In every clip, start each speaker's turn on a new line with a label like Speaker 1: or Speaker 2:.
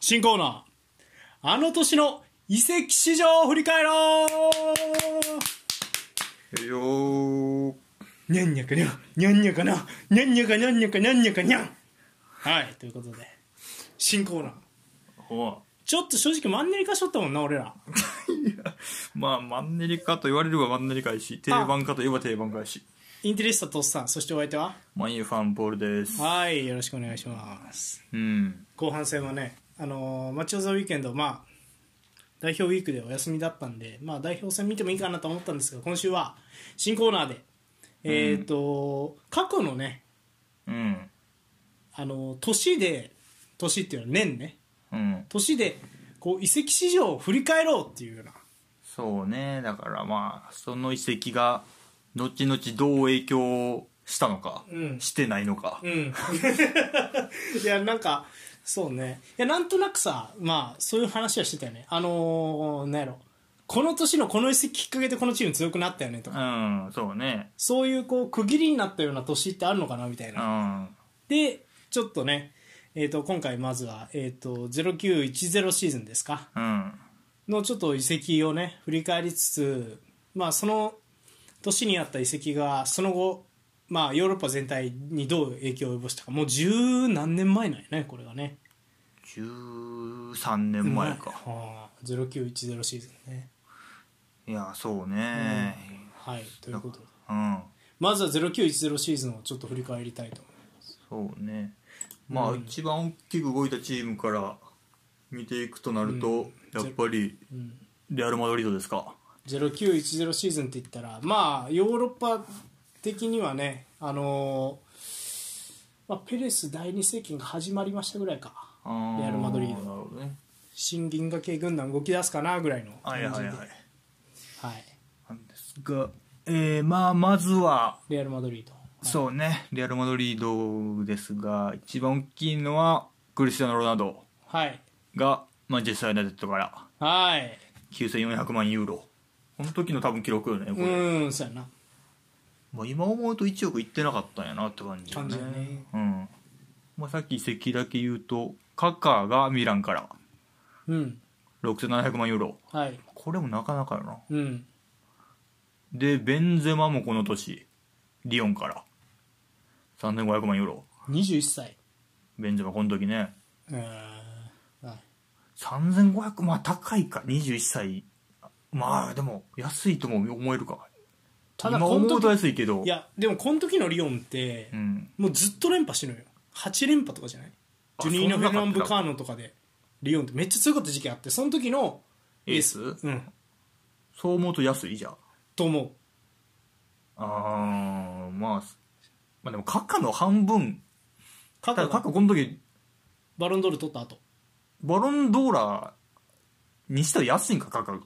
Speaker 1: 新コーナー、あの年の移籍市場を振り返ろう
Speaker 2: よー
Speaker 1: にゃんにゃかにゃん、にゃんにゃかな、にゃんにゃかにゃんにゃかにゃんにゃかにゃん。はい、ということで、新コーナー。
Speaker 2: お
Speaker 1: ちょっと正直マンネリ化しとったもんな、俺ら。
Speaker 2: まあマンネリ化と言われればマンネリ化やし定番化といえば定番化やし
Speaker 1: インテリスタとっさん、そしてお相手は
Speaker 2: マンユーファンボールです
Speaker 1: はい、よろしくお願いします。
Speaker 2: うん
Speaker 1: 後半戦はね、あのー、マッチョ・ザ・ウィークエンド、まあ、代表ウィークでお休みだったんで、まあ、代表戦見てもいいかなと思ったんですが、今週は新コーナーで、えっ、と、過去のね、
Speaker 2: うん
Speaker 1: あのー年で、年っていうのは年ね、
Speaker 2: うん
Speaker 1: 年で、こう、移籍市場を振り返ろうっていうような、
Speaker 2: そうねだからまあその遺跡が後々どう影響したのか、
Speaker 1: うん
Speaker 2: してないのか、
Speaker 1: うん、 いやなんかそうねいやなんとなくさまあそういう話はしてたよねあのー、なんやろこの年のこの一席きっかけでこのチーム強くなったよねとか
Speaker 2: うん、そうね
Speaker 1: そういうこう区切りになったような年ってあるのかなみたい
Speaker 2: うん
Speaker 1: なでちょっとねえー、と今回まずは、えー、と0910シーズンですか
Speaker 2: うん
Speaker 1: のちょっと移籍をね振り返りつつ、まあ、その年にあった移籍がその後、まあ、ヨーロッパ全体にどう影響を及ぼしたかもう十何年前なんやねこれがね
Speaker 2: 13年前か、
Speaker 1: ああ0910シーズンね
Speaker 2: いやそうね
Speaker 1: はいということで
Speaker 2: うん、
Speaker 1: まずは0910シーズンをちょっと振り返りたいと思います
Speaker 2: そうねまあ、一番大きく動いたチームから見ていくとなると、やっぱり
Speaker 1: ん
Speaker 2: レアル・マドリードですか
Speaker 1: 0910シーズンって言ったらまあヨーロッパ的にはねあのーまあ、ペレス第二世紀が始まりましたぐらいか
Speaker 2: レ
Speaker 1: レアルマドリード
Speaker 2: なるほどね
Speaker 1: 新銀河系軍団動き出すかなぐらいの感
Speaker 2: はい
Speaker 1: じで、
Speaker 2: はいはい
Speaker 1: はい
Speaker 2: なんですが、えー、まあまずは
Speaker 1: レアル・マドリード、
Speaker 2: そうね、レアル・マドリードですが、一番大きいのは、クリスティアーノ・ロナウド
Speaker 1: はい
Speaker 2: が、マンチェスター・ユナイテッドから
Speaker 1: はい
Speaker 2: 9400万ユーロ。この時の多分記録よね、こ
Speaker 1: う
Speaker 2: れ。
Speaker 1: ーんそうやな
Speaker 2: まあ、今思うと1億いってなかったんやなって感じよ
Speaker 1: 感
Speaker 2: ね。
Speaker 1: じやね
Speaker 2: うん。まあ、さっき移籍だけ言うと、カッカーがミランから
Speaker 1: うん
Speaker 2: 6700万ユーロ。
Speaker 1: はい
Speaker 2: これもなかなかよな。
Speaker 1: うん
Speaker 2: で、ベンゼマもこの年、リオンから3500万ユーロ。
Speaker 1: 21歳
Speaker 2: ベンゼマこの時ね。
Speaker 1: うーんはい
Speaker 2: 3500まあ高いか21歳まあでも安いとも思えるか
Speaker 1: ただ
Speaker 2: 今
Speaker 1: この
Speaker 2: 思うと
Speaker 1: 時
Speaker 2: 安いけど
Speaker 1: いやでもこの時のリオンって、
Speaker 2: うん
Speaker 1: もうずっと連覇してるのよ8連覇とかじゃない
Speaker 2: あ
Speaker 1: ジュニーノ・
Speaker 2: そん
Speaker 1: フ
Speaker 2: な
Speaker 1: ェル
Speaker 2: か
Speaker 1: ナ
Speaker 2: っ
Speaker 1: ン・
Speaker 2: た
Speaker 1: ブカーノとかでリオンってめっちゃ強かった時期あってその時の
Speaker 2: エース
Speaker 1: うん
Speaker 2: そう思うと安いじゃん
Speaker 1: と思
Speaker 2: あーまあすまあでもカカの半
Speaker 1: う
Speaker 2: 分
Speaker 1: 過
Speaker 2: た
Speaker 1: 去
Speaker 2: だカ
Speaker 1: が
Speaker 2: カこの時
Speaker 1: バロンドール取った後
Speaker 2: バロンドーラーにしたら安いんかカカが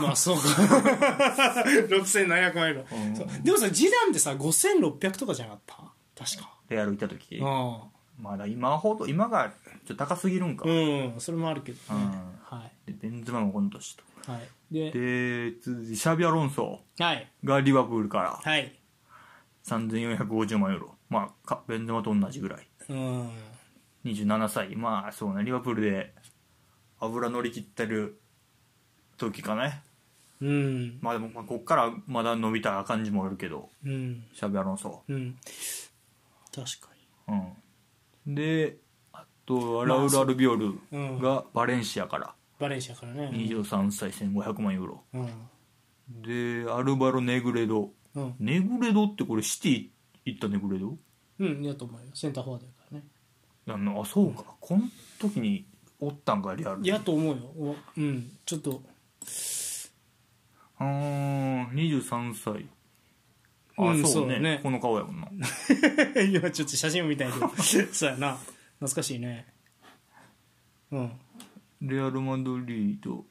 Speaker 1: ま あそうか6700万円の
Speaker 2: うん
Speaker 1: そうでもさ示談でさ5600とかじゃなかった確か
Speaker 2: レアル行った時
Speaker 1: あ
Speaker 2: まだ今ほど今がちょっと高すぎるんか
Speaker 1: あうんそれもあるけどね
Speaker 2: うん
Speaker 1: は
Speaker 2: でベンゼマもこの年と
Speaker 1: いはいで
Speaker 2: で続いてシャビアロンソ
Speaker 1: はい
Speaker 2: がリバプールから
Speaker 1: はい
Speaker 2: 3450万ユーロまあかベンゼマと同じぐらい
Speaker 1: うん
Speaker 2: 27歳まあそうねリバプールで油乗り切ってる時かね
Speaker 1: うん
Speaker 2: まあでもまあこっからまだ伸びた感じもあるけど
Speaker 1: うん
Speaker 2: シャビアロンソ
Speaker 1: うん確か
Speaker 2: うんであとラウル・アルビオル
Speaker 1: うん
Speaker 2: がバレンシアから
Speaker 1: バレンシアからね
Speaker 2: 23歳1500万ユーロ
Speaker 1: うん
Speaker 2: でアルバロ・ネグレド
Speaker 1: うん
Speaker 2: ネグレドってこれシティ行ったネグレド
Speaker 1: うんいやと思うよセンターフォワードやからね
Speaker 2: あのあそうかこの時におったんかリアル
Speaker 1: いやと思うよおうんちょっと
Speaker 2: あー23歳あ、
Speaker 1: うん
Speaker 2: そう
Speaker 1: そ
Speaker 2: ね
Speaker 1: うね
Speaker 2: この顔やもんな
Speaker 1: 今ちょっと写真を見たい けどそうやな懐かしいねうん
Speaker 2: レアル・マドリード、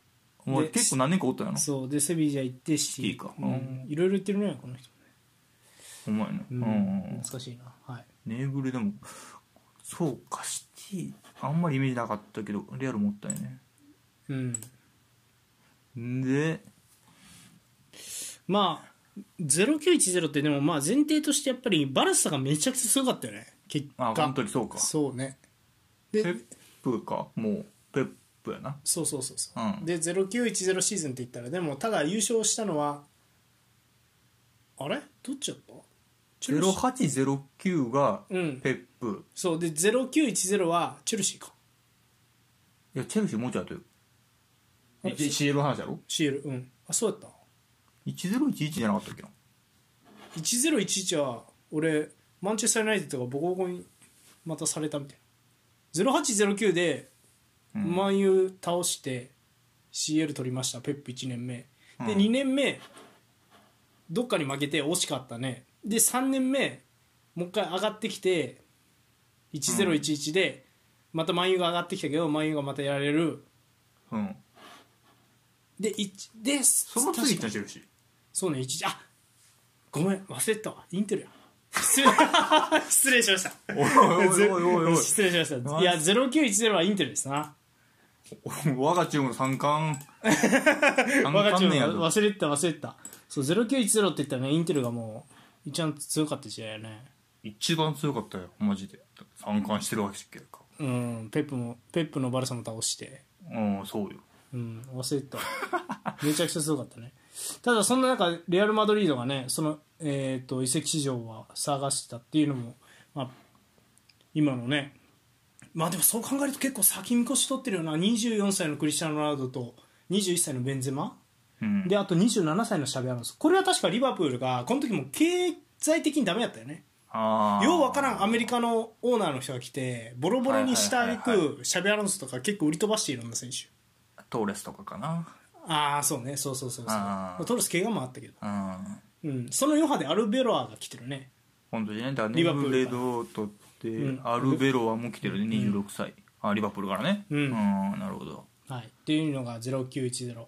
Speaker 2: まあ、
Speaker 1: で
Speaker 2: 結構何年かおったんやろ
Speaker 1: そうでセビージャ行ってシティ
Speaker 2: シティか
Speaker 1: うんいろいろ言ってるねこの人
Speaker 2: お前ねうん、うん、
Speaker 1: 懐かしいなはい
Speaker 2: ネグレでもそうかシティあんまりイメージなかったけどレアルもおったよね
Speaker 1: うん
Speaker 2: で
Speaker 1: まあ0910ってでもまあ前提としてやっぱりバルサがめちゃくちゃすごかったよね結
Speaker 2: あ
Speaker 1: 果
Speaker 2: 本当にそうか
Speaker 1: そうね
Speaker 2: ペ
Speaker 1: で
Speaker 2: ップかもうペップやな
Speaker 1: そうそうそうそう、
Speaker 2: うん
Speaker 1: で0910シーズンって言ったらでもただ優勝したのはあれどっちやったチェルシー
Speaker 2: 0809が
Speaker 1: うん
Speaker 2: ペップ、
Speaker 1: そうで0910はチェルシーか
Speaker 2: いやチェルシーもうちょい後よ
Speaker 1: あれ
Speaker 2: CL の話やろ
Speaker 1: シールうんあそうやった
Speaker 2: 1011じゃなかったっけな
Speaker 1: 1011は俺マンチェスター・ユナイテッドがボコボコにまたされたみたいな0809で
Speaker 2: うん
Speaker 1: 万有倒して CL 取りましたペップ1年目で、
Speaker 2: うん
Speaker 1: 2年目どっかに負けて惜しかったねで3年目もう一回上がってきて1011で、また万有が上がってきたけど万有がまたやられる
Speaker 2: うん
Speaker 1: で一で
Speaker 2: その次行っ
Speaker 1: 確
Speaker 2: たん
Speaker 1: か
Speaker 2: チェルシー
Speaker 1: そうね一あごめん忘れてたわイン テルや失礼失礼しました
Speaker 2: おいおいおいおいおい
Speaker 1: 失礼しましたいや0910はインテルですな
Speaker 2: 我がチームの三 冠三
Speaker 1: 我がチ
Speaker 2: 冠ねや
Speaker 1: ーム
Speaker 2: ぞ
Speaker 1: 忘れてた忘れてたそう0910って言ったらねインテルがもう一番強かった時代やね
Speaker 2: 一番強かったよマジで三冠してるわけじゃっけか
Speaker 1: うんペップもペップのバルサも倒して
Speaker 2: うんそうよ
Speaker 1: うん忘れてた めちゃくちゃ強かったねただそんな中レアル・マドリードがねその、えー、と移籍市場は探したっていうのも、まあ、今のねまあでもそう考えると結構先見越し取ってるよな24歳のクリスチャン・ロナウドと21歳のベンゼマ
Speaker 2: うん
Speaker 1: であと27歳のシャビアロンソこれは確かリバプールがこの時も経済的にダメだったよね
Speaker 2: ああ
Speaker 1: ようわからんアメリカのオーナーの人が来てボロボロにしたあげ
Speaker 2: はいはいはい
Speaker 1: くシャビアロンソとか結構売り飛ばしていろんな選手
Speaker 2: トーレスとかかな
Speaker 1: ああそうねそうそうそう
Speaker 2: あ
Speaker 1: そ
Speaker 2: ー
Speaker 1: うトルス怪我もあったけど、
Speaker 2: うん
Speaker 1: うん、その余波でアルベロアが来てるね
Speaker 2: 本当にねダニ
Speaker 1: リバプー
Speaker 2: ブレ
Speaker 1: ルか
Speaker 2: ドートって、
Speaker 1: うん
Speaker 2: アルベロアも来てるね26歳、あリバプールからね
Speaker 1: うん
Speaker 2: なるほど
Speaker 1: はいっていうのが0910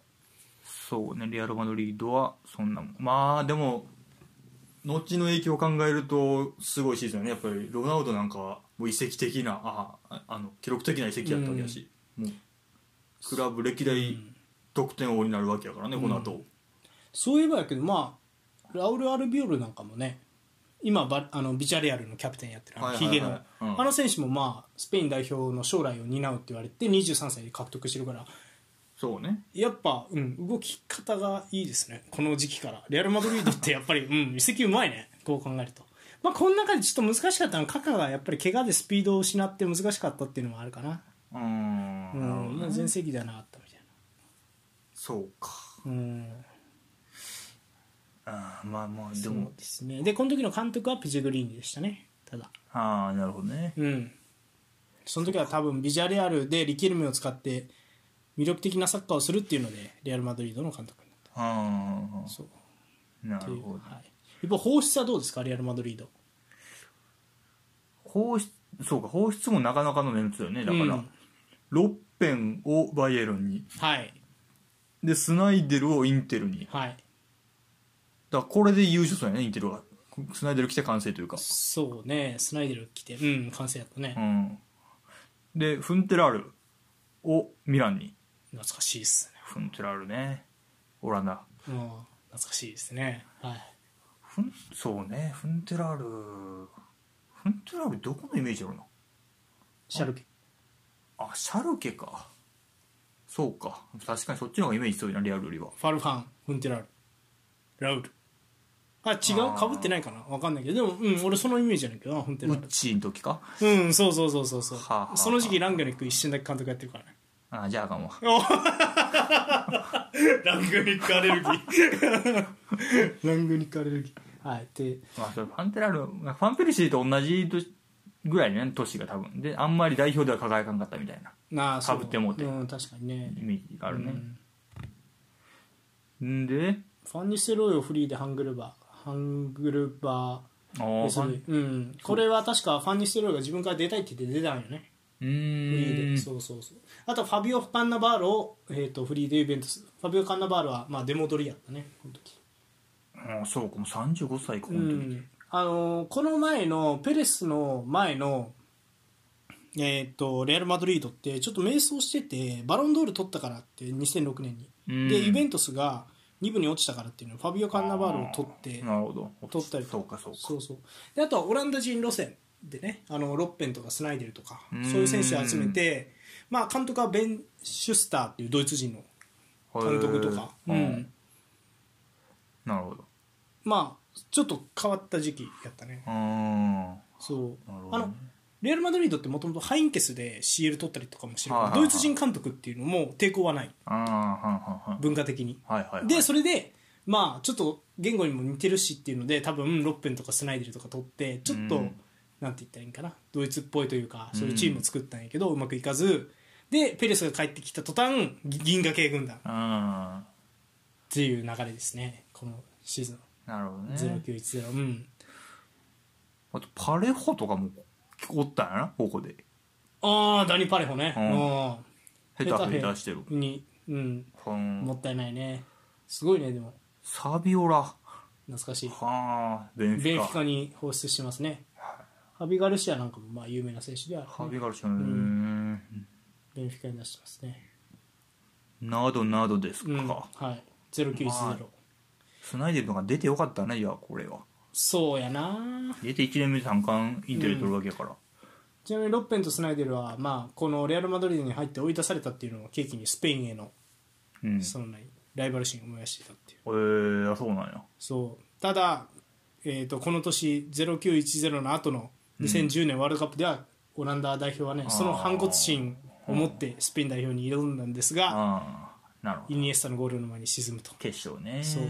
Speaker 2: そうねレアル・マドリードはそんなもんまあでも後の影響を考えるとすごいシーズンだねやっぱりロナウドなんかはもう遺跡的なあああの記録的な遺跡やったわけだし、もうクラブ歴代得点王になるわけやからね、この後
Speaker 1: そういえばやけどまあラウル・アルビオルなんかもね今バあのビチャレアルのキャプテンやってるあ
Speaker 2: は
Speaker 1: の
Speaker 2: いは
Speaker 1: ヒ
Speaker 2: いはい
Speaker 1: ゲの
Speaker 2: うん
Speaker 1: あの選手もまあスペイン代表の将来を担うって言われて23歳で獲得してるから
Speaker 2: そうね
Speaker 1: やっぱ、うん、動き方がいいですねこの時期からレアル・マドリードってやっぱり、うん、移籍うまいねこう考えると、まあ、この中でちょっと難しかったのはカカがやっぱり怪我でスピードを失って難しかったっていうのもあるかな
Speaker 2: うーん
Speaker 1: うん
Speaker 2: なるほど
Speaker 1: まあ
Speaker 2: ね
Speaker 1: 全盛期ではなかったみたい
Speaker 2: そうか
Speaker 1: なうん
Speaker 2: あーまあまあで
Speaker 1: そう
Speaker 2: も
Speaker 1: ですねでこの時の監督はピジェグリーニでしたねただ
Speaker 2: ああなるほどね
Speaker 1: うんその時は多分ビジャレアルでリキルメを使って魅力的なサッカーをするっていうのでレアル・マドリードの監督になった
Speaker 2: あ
Speaker 1: そう
Speaker 2: あな
Speaker 1: って
Speaker 2: る
Speaker 1: いう
Speaker 2: ほど
Speaker 1: はい、一方放出はどうですかレアル・マドリード
Speaker 2: 放出そうか放出もなかなかのメンツだよねだから、
Speaker 1: うん
Speaker 2: ロッペンをバイエルンに
Speaker 1: はい
Speaker 2: でスナイデルをインテルにだか
Speaker 1: はい
Speaker 2: らこれで優勝するよねインテルがスナイデル来て完成というか
Speaker 1: そうねスナイデル来てうん完成やったね
Speaker 2: う、んでフンテラールをミランに
Speaker 1: 懐かしいっす
Speaker 2: フンテラールねオランダ
Speaker 1: ねもう懐かしいですねはい
Speaker 2: フンそうねフンテラールフンテラールどこのイメージあるの
Speaker 1: シャルケ
Speaker 2: あシャルケかそうか確かにそっちの方がイメージ強いなリアルよりは
Speaker 1: ファルファンフンテラルラウルあ違
Speaker 2: あ
Speaker 1: う
Speaker 2: ー
Speaker 1: かぶってないかなわかんないけどでもうん俺そのイメージじゃないけどなフンテ
Speaker 2: ウ
Speaker 1: ラ
Speaker 2: ッ
Speaker 1: ル
Speaker 2: チーの時か
Speaker 1: うんそうそうそうそうそう
Speaker 2: はあはあ
Speaker 1: その時期ラングニック一瞬だけ監督やってるからね
Speaker 2: あじゃああかんわ
Speaker 1: ラングニックアレルギー ラングニックアレルギーはいで
Speaker 2: まあ、それファンテラールファンペルシーと同じ年ぐらいね年が多分であんまり代表では輝かんかったみたいな
Speaker 1: なあそう
Speaker 2: 被ってもうて
Speaker 1: うん確かにね
Speaker 2: イメージがあるね
Speaker 1: う、ん
Speaker 2: ん、で
Speaker 1: ファンニステロイをフリーでハングルバーハングルバー
Speaker 2: あーフ
Speaker 1: そ
Speaker 2: ァ
Speaker 1: う
Speaker 2: ン
Speaker 1: うん、これは確かファンニステロイが自分から出たいって言って出たんよね
Speaker 2: う
Speaker 1: フリー
Speaker 2: ー
Speaker 1: で
Speaker 2: ん
Speaker 1: そうそうそうあとファビオ・カンナバーロを、えー、とフリーでイベントするファビオ・カンナバーロは、まあ、出戻りやったねこの時
Speaker 2: あーそうかもう35歳か
Speaker 1: う
Speaker 2: 本当に、
Speaker 1: んあのーこの前のペレスの前のえっ、とレアル・マドリードってちょっと迷走しててバロンドール取ったからって2006年に、
Speaker 2: うん
Speaker 1: でイベントスが2部に落ちたからっていうのをファビオ・カンナバーロを取って
Speaker 2: なるほど
Speaker 1: 取ったり
Speaker 2: そ
Speaker 1: と
Speaker 2: うかそうか
Speaker 1: そうそうであとはオランダ人路線でねあのロッペンとかスナイデルとか
Speaker 2: うん
Speaker 1: そういう選手を集めてまあ、監督はベン・シュスターっていうドイツ人の監督とか、
Speaker 2: へ
Speaker 1: う
Speaker 2: ー
Speaker 1: ん、
Speaker 2: なるほど
Speaker 1: まあちょっと変わった時期やったね
Speaker 2: あー
Speaker 1: そう
Speaker 2: なるほ
Speaker 1: あ
Speaker 2: どね
Speaker 1: のレアル・マドリードってもともとハインケスで CL 取ったりとかもしてるから
Speaker 2: はいはい
Speaker 1: ド
Speaker 2: はい
Speaker 1: イツ人監督っていうのも抵抗はない
Speaker 2: あーはんはんはん
Speaker 1: 文化的に
Speaker 2: はいはいはい
Speaker 1: でそれでまあちょっと言語にも似てるしっていうので多分ロッペンとかスナイデルとか取ってちょっと、
Speaker 2: うん
Speaker 1: なんて言ったらいいんかなドイツっぽいというかそういうチームを作ったんやけど、うまくいかずでペレスが帰ってきた途端ぎ銀河系軍団っ
Speaker 2: うん
Speaker 1: ていう流れですねこのシーズン
Speaker 2: なるほどね
Speaker 1: 0910、うん
Speaker 2: あとパレホとかもおったんやなここで
Speaker 1: ああダニ・パレホね
Speaker 2: う
Speaker 1: う
Speaker 2: ヘタフェ出してる
Speaker 1: んに、うん、
Speaker 2: は
Speaker 1: も
Speaker 2: ん
Speaker 1: ったいないねすごいねでも
Speaker 2: サビオラは
Speaker 1: 懐かしい
Speaker 2: あベンフ
Speaker 1: ベンフ
Speaker 2: ィカ
Speaker 1: ィカに放出してますねハビ・ガルシアなんかもまあ有名な選手ではあ
Speaker 2: ハ
Speaker 1: るね、
Speaker 2: ビガルシャン
Speaker 1: ベンフィカに出してますね
Speaker 2: などなどです
Speaker 1: うん、
Speaker 2: か
Speaker 1: はい0910、
Speaker 2: まあスナイデルとか出てよかったねいやこれは
Speaker 1: そうやな
Speaker 2: 出て1年目で3冠インテル取るわけやから
Speaker 1: ちなみにロッペンとスナイデルは、まあ、このレアル・マドリードに入って追い出されたっていうのを契機にスペインへの
Speaker 2: うん
Speaker 1: その何ライバル心を燃やしてたっていう
Speaker 2: えー、あそうなんや
Speaker 1: そうただ、えー、とこの年0910の後の2010年ワールドカップではオランダ代表はね、その反骨心を持ってスペイン代表に挑んだんですが、
Speaker 2: ああなるほ
Speaker 1: イ
Speaker 2: ど
Speaker 1: ニエスタのゴールの前に沈むと
Speaker 2: 決勝ね
Speaker 1: そう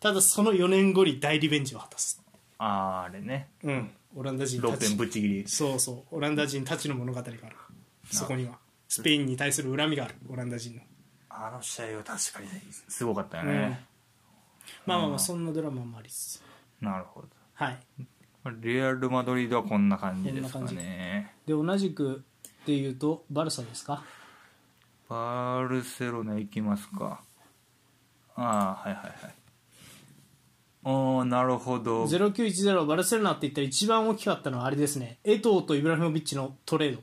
Speaker 1: ただその4年後に大リベンジを果たす、
Speaker 2: あーあれね
Speaker 1: うん、オランダ人
Speaker 2: ロ
Speaker 1: た
Speaker 2: ッペ
Speaker 1: ち
Speaker 2: ンぶっちぎり
Speaker 1: そうそうオランダ人たちの物語があるそこにはスペインに対する恨みがあるオランダ人の、
Speaker 2: あの試合は確かにすごかったよ
Speaker 1: うん
Speaker 2: ね、
Speaker 1: まあまあまあそんなドラマもありつつ
Speaker 2: なるほど
Speaker 1: はい
Speaker 2: レアル・マドリードはこんな感じです
Speaker 1: こ
Speaker 2: か
Speaker 1: んな感
Speaker 2: ね
Speaker 1: で同じくっていうとバルサですか
Speaker 2: バルセロナ行きますかああはいはいはいおーなるほど
Speaker 1: 0910バルセロナって言ったら一番大きかったのはあれですね江藤とイブラヒモビッチのトレード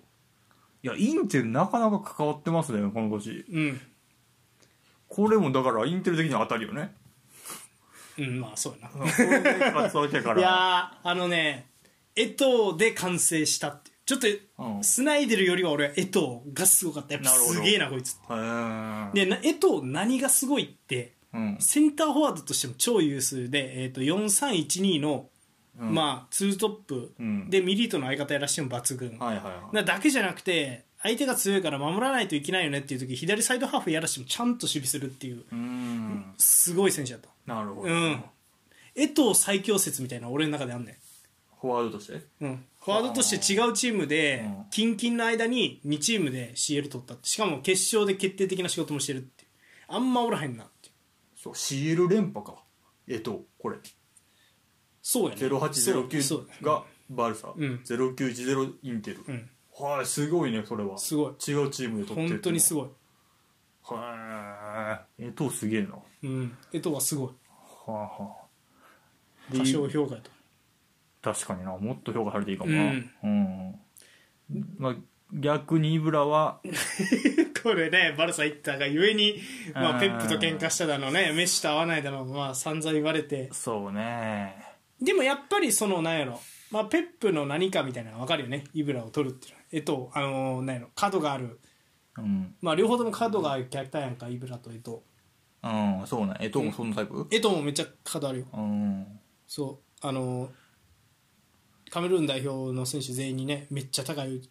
Speaker 2: いやインテルなかなか関わってますねこの年
Speaker 1: うん、
Speaker 2: これもだからインテル的には当たるよね
Speaker 1: うん、まあそうや
Speaker 2: これで勝つわけやか
Speaker 1: ない
Speaker 2: ら
Speaker 1: やーあのね江藤で完成したっていうちょっと、
Speaker 2: うん
Speaker 1: スナイデルよりは俺は江藤がすごかったやっぱ
Speaker 2: なるほど
Speaker 1: すげえなこいつ
Speaker 2: へー
Speaker 1: でな江藤何がすごいって
Speaker 2: うん
Speaker 1: センターフォワードとしても超優秀で、えー、と4312の、
Speaker 2: うん
Speaker 1: まあ、ツートップ、
Speaker 2: うん
Speaker 1: でミリートの相方やらしても抜群、
Speaker 2: はいはいはい
Speaker 1: なだけじゃなくて相手が強いから守らないといけないよねっていう時左サイドハーフやらしてもちゃんと守備するっていう
Speaker 2: うーん
Speaker 1: すごい選手だった
Speaker 2: なるほど、
Speaker 1: うん江藤最強説みたいなの俺の中であんね
Speaker 2: フォワードとして
Speaker 1: ん、うん、フォワードとして違うチームで
Speaker 2: うん
Speaker 1: 近々の間に2チームで CL 取ったってしかも決勝で決定的な仕事もしてるっていうあんまおらへんなっていう
Speaker 2: そう CL 連覇かえっとこれ
Speaker 1: そうやねそう
Speaker 2: 0809がバルサ、
Speaker 1: ん
Speaker 2: 0910インテル、
Speaker 1: うん
Speaker 2: はいすごいねそれは
Speaker 1: すごい
Speaker 2: 違うチームで取って
Speaker 1: 本当にす
Speaker 2: ごい
Speaker 1: ごい、
Speaker 2: はいえっとすげえなは
Speaker 1: うん、江藤はすごい
Speaker 2: あはあで
Speaker 1: 過小評価やと
Speaker 2: 確かになもっと評価されていいかもな
Speaker 1: う
Speaker 2: うんん、まあ逆にイブラは
Speaker 1: これねバルサ行ったがゆえに、ま
Speaker 2: う
Speaker 1: あ、
Speaker 2: ん
Speaker 1: ペップと喧嘩しただのねメッシと合わないだのまあ散々言われて
Speaker 2: そうね
Speaker 1: でもやっぱりそのなんやろ、まあ、ペップの何かみたいなの分かるよねイブラを取るっていうのはえっとあのー、なんやろ角がある
Speaker 2: うん
Speaker 1: まあ両方とも角があるキャラクターやんかイブラとエト
Speaker 2: うんそうねえっともそんなタイプ
Speaker 1: エトもめっちゃ角あるよ
Speaker 2: うん
Speaker 1: そうあのーカメルーン代表の選手全員にねめっちゃ高い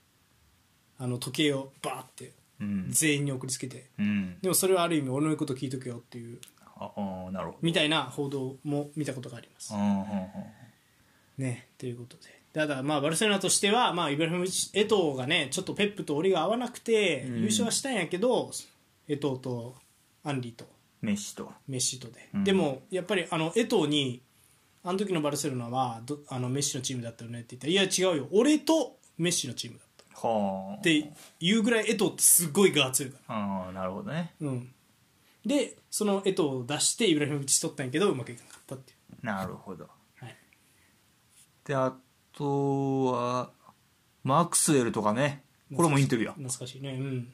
Speaker 1: あの時計をバーって
Speaker 2: うん
Speaker 1: 全員に送りつけて
Speaker 2: うん
Speaker 1: でもそれはある意味俺の言うこと聞いとけよっていう
Speaker 2: ああなるほど
Speaker 1: みたいな報道も見たことがあります
Speaker 2: う。んうんうん
Speaker 1: ね、ということでただ、まあ、バルセロナとしては、まあ、イブラヒモビッチエトーがねちょっとペップと折りが合わなくて
Speaker 2: うん
Speaker 1: 優勝はしたんやけど、エトーとアンリーと
Speaker 2: メッシと
Speaker 1: メッシとで、
Speaker 2: うん
Speaker 1: でもやっぱりあのエトーにあの時のバルセロナはどあのメッシのチームだったよねって言ったらいや違うよ俺とメッシのチームだった
Speaker 2: はあ
Speaker 1: っていうぐらいエトーってすごいガー強いか
Speaker 2: ああなるほどね
Speaker 1: ら、うん、でそのエトーを出してイブラヒモビッチ取ったんやけどうまくいかなかったってい
Speaker 2: なるほど
Speaker 1: う、はい、
Speaker 2: であとはマクスウェルとかねこれもインテルや
Speaker 1: 懐かしいねうん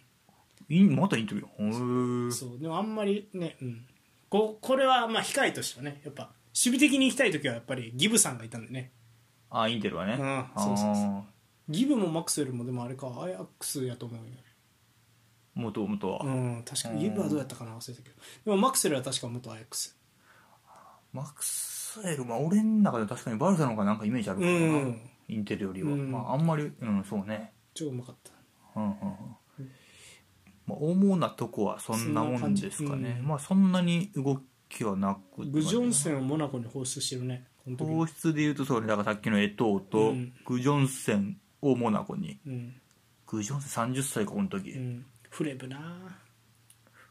Speaker 2: インまたインテルやへー
Speaker 1: そうでもあんまりね、うん、ここれはまあ控えとしてはねやっぱ守備的に行きたい時はやっぱりギブさんがいたんでね
Speaker 2: あインテルはね
Speaker 1: うん
Speaker 2: あー
Speaker 1: そうそうそギブもマックスよりもでもあれかアヤックスやと思うよ
Speaker 2: 元々は、
Speaker 1: うん、確かにギブはどうやったかな忘れたけどでもマクセルは確か元アヤックス
Speaker 2: マクスエルまあ俺の中では確かにバルサの方がなんかイメージあるからな、
Speaker 1: うん
Speaker 2: インテルよりは、
Speaker 1: うん
Speaker 2: まああんまりうんそうね
Speaker 1: 超うまかった
Speaker 2: うんうんうんまあ、主なとこはそんなもんですか
Speaker 1: そんな感
Speaker 2: ね
Speaker 1: じうん
Speaker 2: まあそんなに動きはなく
Speaker 1: グジョンセンをモナコに放出してるねこの時
Speaker 2: 放出でいうとそうねだからさっきのエトーと、
Speaker 1: うん
Speaker 2: グジョンセンをモナコに
Speaker 1: うん、
Speaker 2: グジョンセン30歳かこの時、
Speaker 1: うん、フレブな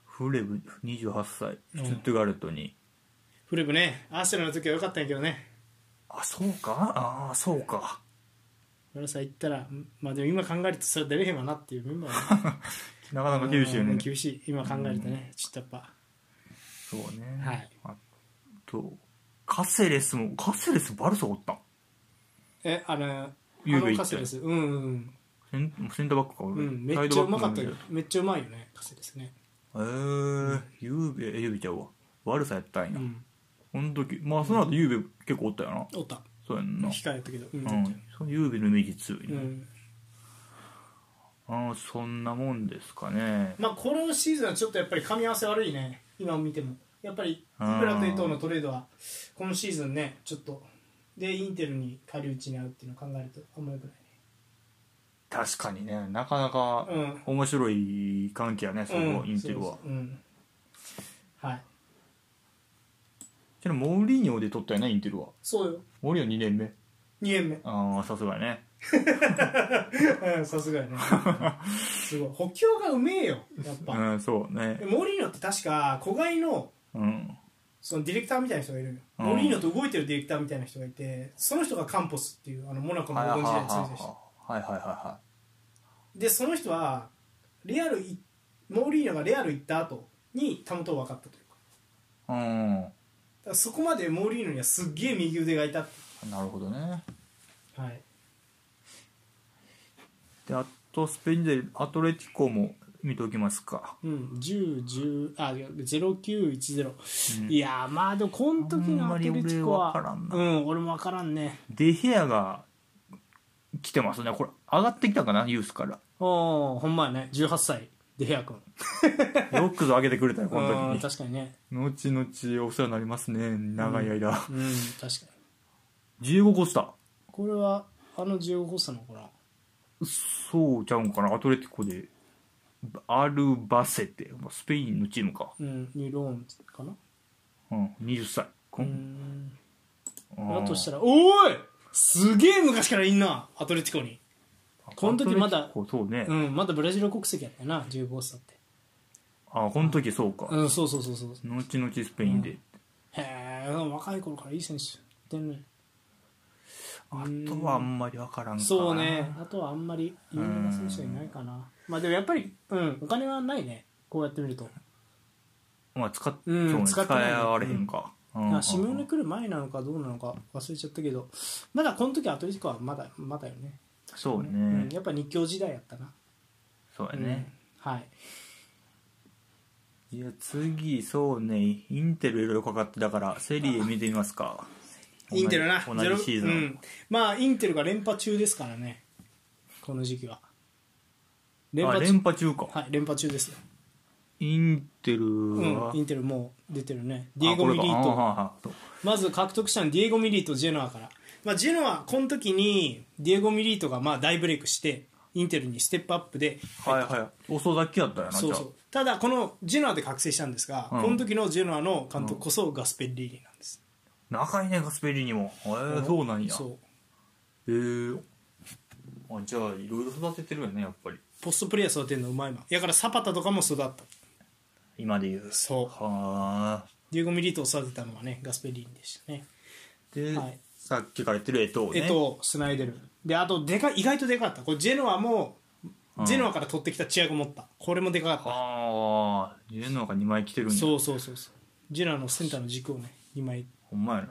Speaker 2: フレブ28歳シ
Speaker 1: う
Speaker 2: ュ
Speaker 1: ん
Speaker 2: ツットガルトに、
Speaker 1: フレブねアーセナの時は良かったんやけどね
Speaker 2: あそうかああそうか
Speaker 1: 村さん行ったらまあでも今考えるとそれは出れへんわなっていうメンバーやね
Speaker 2: なかなか 厳しいよ
Speaker 1: う
Speaker 2: ね
Speaker 1: ん厳しい今考えるとねちょっとやっぱ
Speaker 2: そうね、
Speaker 1: はい
Speaker 2: あとカセレスもカセレスバルサおったん
Speaker 1: えあのあ
Speaker 2: ゆうべ行
Speaker 1: の
Speaker 2: った
Speaker 1: カセレスうんうん
Speaker 2: センセンターバックか
Speaker 1: うん、う
Speaker 2: 俺、
Speaker 1: ん、め
Speaker 2: サ
Speaker 1: っ
Speaker 2: イ
Speaker 1: ちゃ
Speaker 2: ド
Speaker 1: う
Speaker 2: バ
Speaker 1: ま
Speaker 2: ック
Speaker 1: か
Speaker 2: な
Speaker 1: っ
Speaker 2: ん
Speaker 1: た
Speaker 2: だ
Speaker 1: よ
Speaker 2: けど
Speaker 1: めっちゃうまいよねカセレスね
Speaker 2: えー、ゆうべえゆうべちゃうわ悪さやったん
Speaker 1: う
Speaker 2: や、
Speaker 1: ん
Speaker 2: この時まあその後ゆうべ結構おったよな
Speaker 1: おった
Speaker 2: そうやんな
Speaker 1: 控えたけどうん、
Speaker 2: う
Speaker 1: うん
Speaker 2: ん、そのゆうべのイメージ強いな、
Speaker 1: うん
Speaker 2: あーそんなもんですかね
Speaker 1: まあこのシーズンはちょっとやっぱり噛み合わせ悪いね今見てもやっぱりイブラとエトーのトレードはこのシーズンねちょっとでインテルに仮打ちに合うっていうのを考えるとあんまよくないね
Speaker 2: 確かにねなかなか
Speaker 1: うん
Speaker 2: 面白い関係やねそこ、
Speaker 1: うん
Speaker 2: インテルは
Speaker 1: そうそううんはい
Speaker 2: ちなみにモーリーニョで取ったよねインテルは
Speaker 1: そうよ
Speaker 2: モーリーニョ2年目
Speaker 1: 2年目
Speaker 2: ああさすがやね
Speaker 1: うんさすがやねすごい補強がうめえよやっぱ、
Speaker 2: うんそうね
Speaker 1: でモーリーノって確か子飼いの
Speaker 2: うん
Speaker 1: そのディレクターみたいな人がいるのよ、
Speaker 2: うん
Speaker 1: モーリーノと動いてるディレクターみたいな人がいてその人がカンポスっていうあのモナコの黄金時代についてる人
Speaker 2: はいはいはいは
Speaker 1: でその人はレアルいモーリーノがレアル行った後にたもとを分かったというか
Speaker 2: いはい
Speaker 1: だからそこまでモーリーノにはすっげえ右腕がいたって
Speaker 2: うんなるほどね
Speaker 1: はい
Speaker 2: であとスペインでアトレティコも見ておきますか、
Speaker 1: うん、1010あ0910、
Speaker 2: うん
Speaker 1: いやーまあでもこの時のアトレティコは
Speaker 2: あんまり俺分から
Speaker 1: う
Speaker 2: ん
Speaker 1: ん俺も分からんね
Speaker 2: デヘアが来てますねこれ上がってきたかなユースから
Speaker 1: おおほんまやね18歳でヘア君
Speaker 2: よくぞ上げてくれたよこの時
Speaker 1: うん
Speaker 2: に
Speaker 1: 確かにね
Speaker 2: 後々お世話になりますね長い間、
Speaker 1: うん確かに
Speaker 2: 15個下
Speaker 1: これはあの15個差なのかな
Speaker 2: そうちゃうんかなアトレティコでアルバセテまあスペインのチームか、
Speaker 1: うんニューローンかな
Speaker 2: うん、20歳こ
Speaker 1: うんん
Speaker 2: あ
Speaker 1: だ
Speaker 2: ー
Speaker 1: としたらおいすげえ昔からいんなアトレティコにこの時まだ
Speaker 2: アトレティコそうね、
Speaker 1: うんまだブラジル国籍やったよな15差って
Speaker 2: あこの時そうか、
Speaker 1: うんそうそうそうそう
Speaker 2: 後々スペインで、
Speaker 1: へえ若い頃からいい選手やってんね
Speaker 2: あとはあんまり分からんかな
Speaker 1: そうねあとはあんまり有名な選手はいないかなまあでもやっぱりうんお金はないねこうやってみると
Speaker 2: まあ使っ,、
Speaker 1: うん
Speaker 2: そうね、
Speaker 1: 使
Speaker 2: 使
Speaker 1: ってないね
Speaker 2: われへんか、うん
Speaker 1: あシムーネ来る前なのかどうなのか忘れちゃったけどまだこの時アトレティコはまだまだよね
Speaker 2: そうね、
Speaker 1: うん、やっぱ日教時代やったな、
Speaker 2: そうや
Speaker 1: うん
Speaker 2: ね、
Speaker 1: はい
Speaker 2: いや次そうねインテルいろいろかかってだからセリエ見てみますか
Speaker 1: インテルな
Speaker 2: 同
Speaker 1: ゼロ
Speaker 2: じシーズン、
Speaker 1: うん、まあインテルが連覇中ですからねこの時期は連
Speaker 2: あ
Speaker 1: 覇中
Speaker 2: 連覇中か、
Speaker 1: はい連覇中ですよ、
Speaker 2: インテル
Speaker 1: うん
Speaker 2: は、、
Speaker 1: インテルもう出てるねディエゴ・ミリー
Speaker 2: あこれか
Speaker 1: ト
Speaker 2: あああ
Speaker 1: まず獲得したのはディエゴ・ミリートジェノアから、まあ、ジェノアこの時にディエゴ・ミリートがまあ大ブレイクしてインテルにステップアップで
Speaker 2: あはいはい遅咲きやったよな
Speaker 1: そうそうただこのジェノアで覚醒したんですが、
Speaker 2: うん
Speaker 1: この時のジェノアの監督こそガスペッリーニなんです、
Speaker 2: じゃあ仲いいねガスペリにもへえそうなんや
Speaker 1: そう
Speaker 2: へえあじゃあいろいろ育ててるよねやっぱり
Speaker 1: ポストプレイヤー育てるのうまいなやからサパタとかも育った
Speaker 2: 今で言う
Speaker 1: そう
Speaker 2: はあ
Speaker 1: ディエゴ・ミリートを育てたのはねガスペリーニでしたね
Speaker 2: で、
Speaker 1: はい
Speaker 2: さっきから言ってるエトーね
Speaker 1: えとスナイデルであとでかい意外とでかかったこれジェノアも
Speaker 2: うん
Speaker 1: ジェノアから取ってきたチアゴ持ったこれもでかかっ
Speaker 2: ああジェノアが2枚来てるん
Speaker 1: た
Speaker 2: や
Speaker 1: そうそうそうそうジェノアのセンターの軸をね2枚
Speaker 2: ほんまやな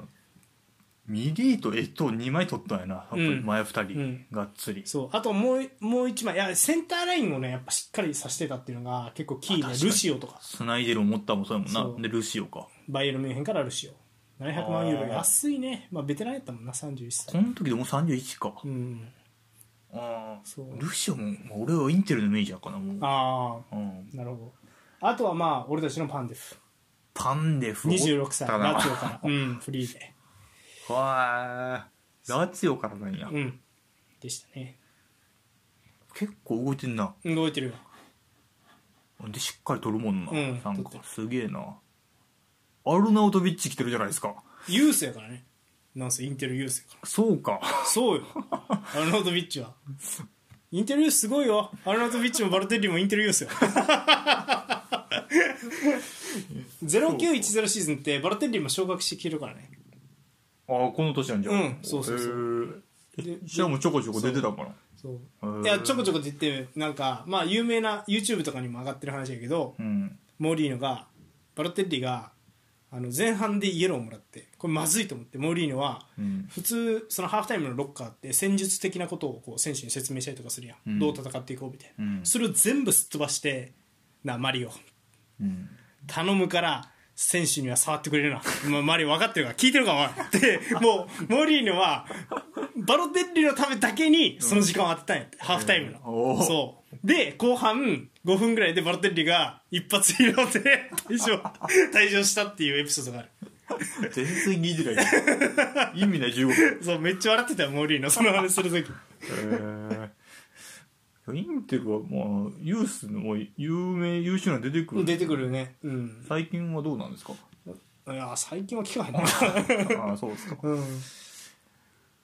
Speaker 2: ミリーとエトー2枚取ったんやなやっぱり前2人、
Speaker 1: ん
Speaker 2: がっつり
Speaker 1: そうあともうもう1枚いやセンターラインをねやっぱしっかりさせてたっていうのが結構キー
Speaker 2: あ
Speaker 1: で
Speaker 2: 確かに
Speaker 1: ルシオとか
Speaker 2: スナイデルを持ったもそうやもん
Speaker 1: そう
Speaker 2: なでルシオか
Speaker 1: バイエルミュンヘンからルシオ700万ユーロ
Speaker 2: あー
Speaker 1: 安いねまあベテランやったもんな31歳
Speaker 2: この時でもう31か、
Speaker 1: うん
Speaker 2: ああ
Speaker 1: そう
Speaker 2: ルシオも、まあ、俺はインテルのイメージやからもう、
Speaker 1: あ
Speaker 2: うん、
Speaker 1: あなるほどあとはまあ俺たちのパンデフ
Speaker 2: パンデフ
Speaker 1: 26歳
Speaker 2: おったな
Speaker 1: ラツィオからうんフリーで
Speaker 2: はーラツィオからなんや、
Speaker 1: うんでしたね
Speaker 2: 結構動いてんな
Speaker 1: 動いてるよ
Speaker 2: でしっかり取るもんな、
Speaker 1: うん
Speaker 2: なん
Speaker 1: 取って
Speaker 2: か
Speaker 1: る
Speaker 2: すげえなアルナウトビッチ来てるじゃないですか
Speaker 1: ユースやからねなんせインテルユースやから
Speaker 2: そうか
Speaker 1: そうよアルナウトビッチはインテルユースすごいよアルナウトビッチもバルテッリもインテルユース よ0910シーズンってバルテッリも昇格してきてるからね
Speaker 2: ああこの年なんじゃ
Speaker 1: うんそうそうそうで
Speaker 2: じゃあもうちょこちょこ出てたから
Speaker 1: そう
Speaker 2: へー
Speaker 1: いやちょこちょこって言ってなんかまあ有名な YouTube とかにも上がってる話やけど、
Speaker 2: うん
Speaker 1: モーリーノがバロテッリがあの前半でイエローをもらってこれまずいと思ってモーリーノは
Speaker 2: うん
Speaker 1: 普通そのハーフタイムのロッカーって戦術的なことをこう選手に説明したりとかするやん、
Speaker 2: うん
Speaker 1: どう戦っていこうみたいな、
Speaker 2: うん
Speaker 1: それを全部すっ飛ばしてなあマリオ
Speaker 2: うん
Speaker 1: 頼むから選手には触ってくれるな、まあ、マリオ分かってるから聞いてるかもってもうモーリーノはバロテッリのためだけにその時間を当てたんやって、ハーフタイムの、
Speaker 2: おー
Speaker 1: そうで後半5分ぐらいでバロテッリが一発入れて退場退場したっていうエピソードがある
Speaker 2: 全然聞いてない意味ない15分
Speaker 1: そうめっちゃ笑ってたよモーリーノその話する時
Speaker 2: へーインテルはまあユースの有名優秀なの出てくる
Speaker 1: 出てくるよねうん
Speaker 2: 最近はどうなんですか
Speaker 1: いや最近は聞かへんな
Speaker 2: ああそうですか
Speaker 1: うん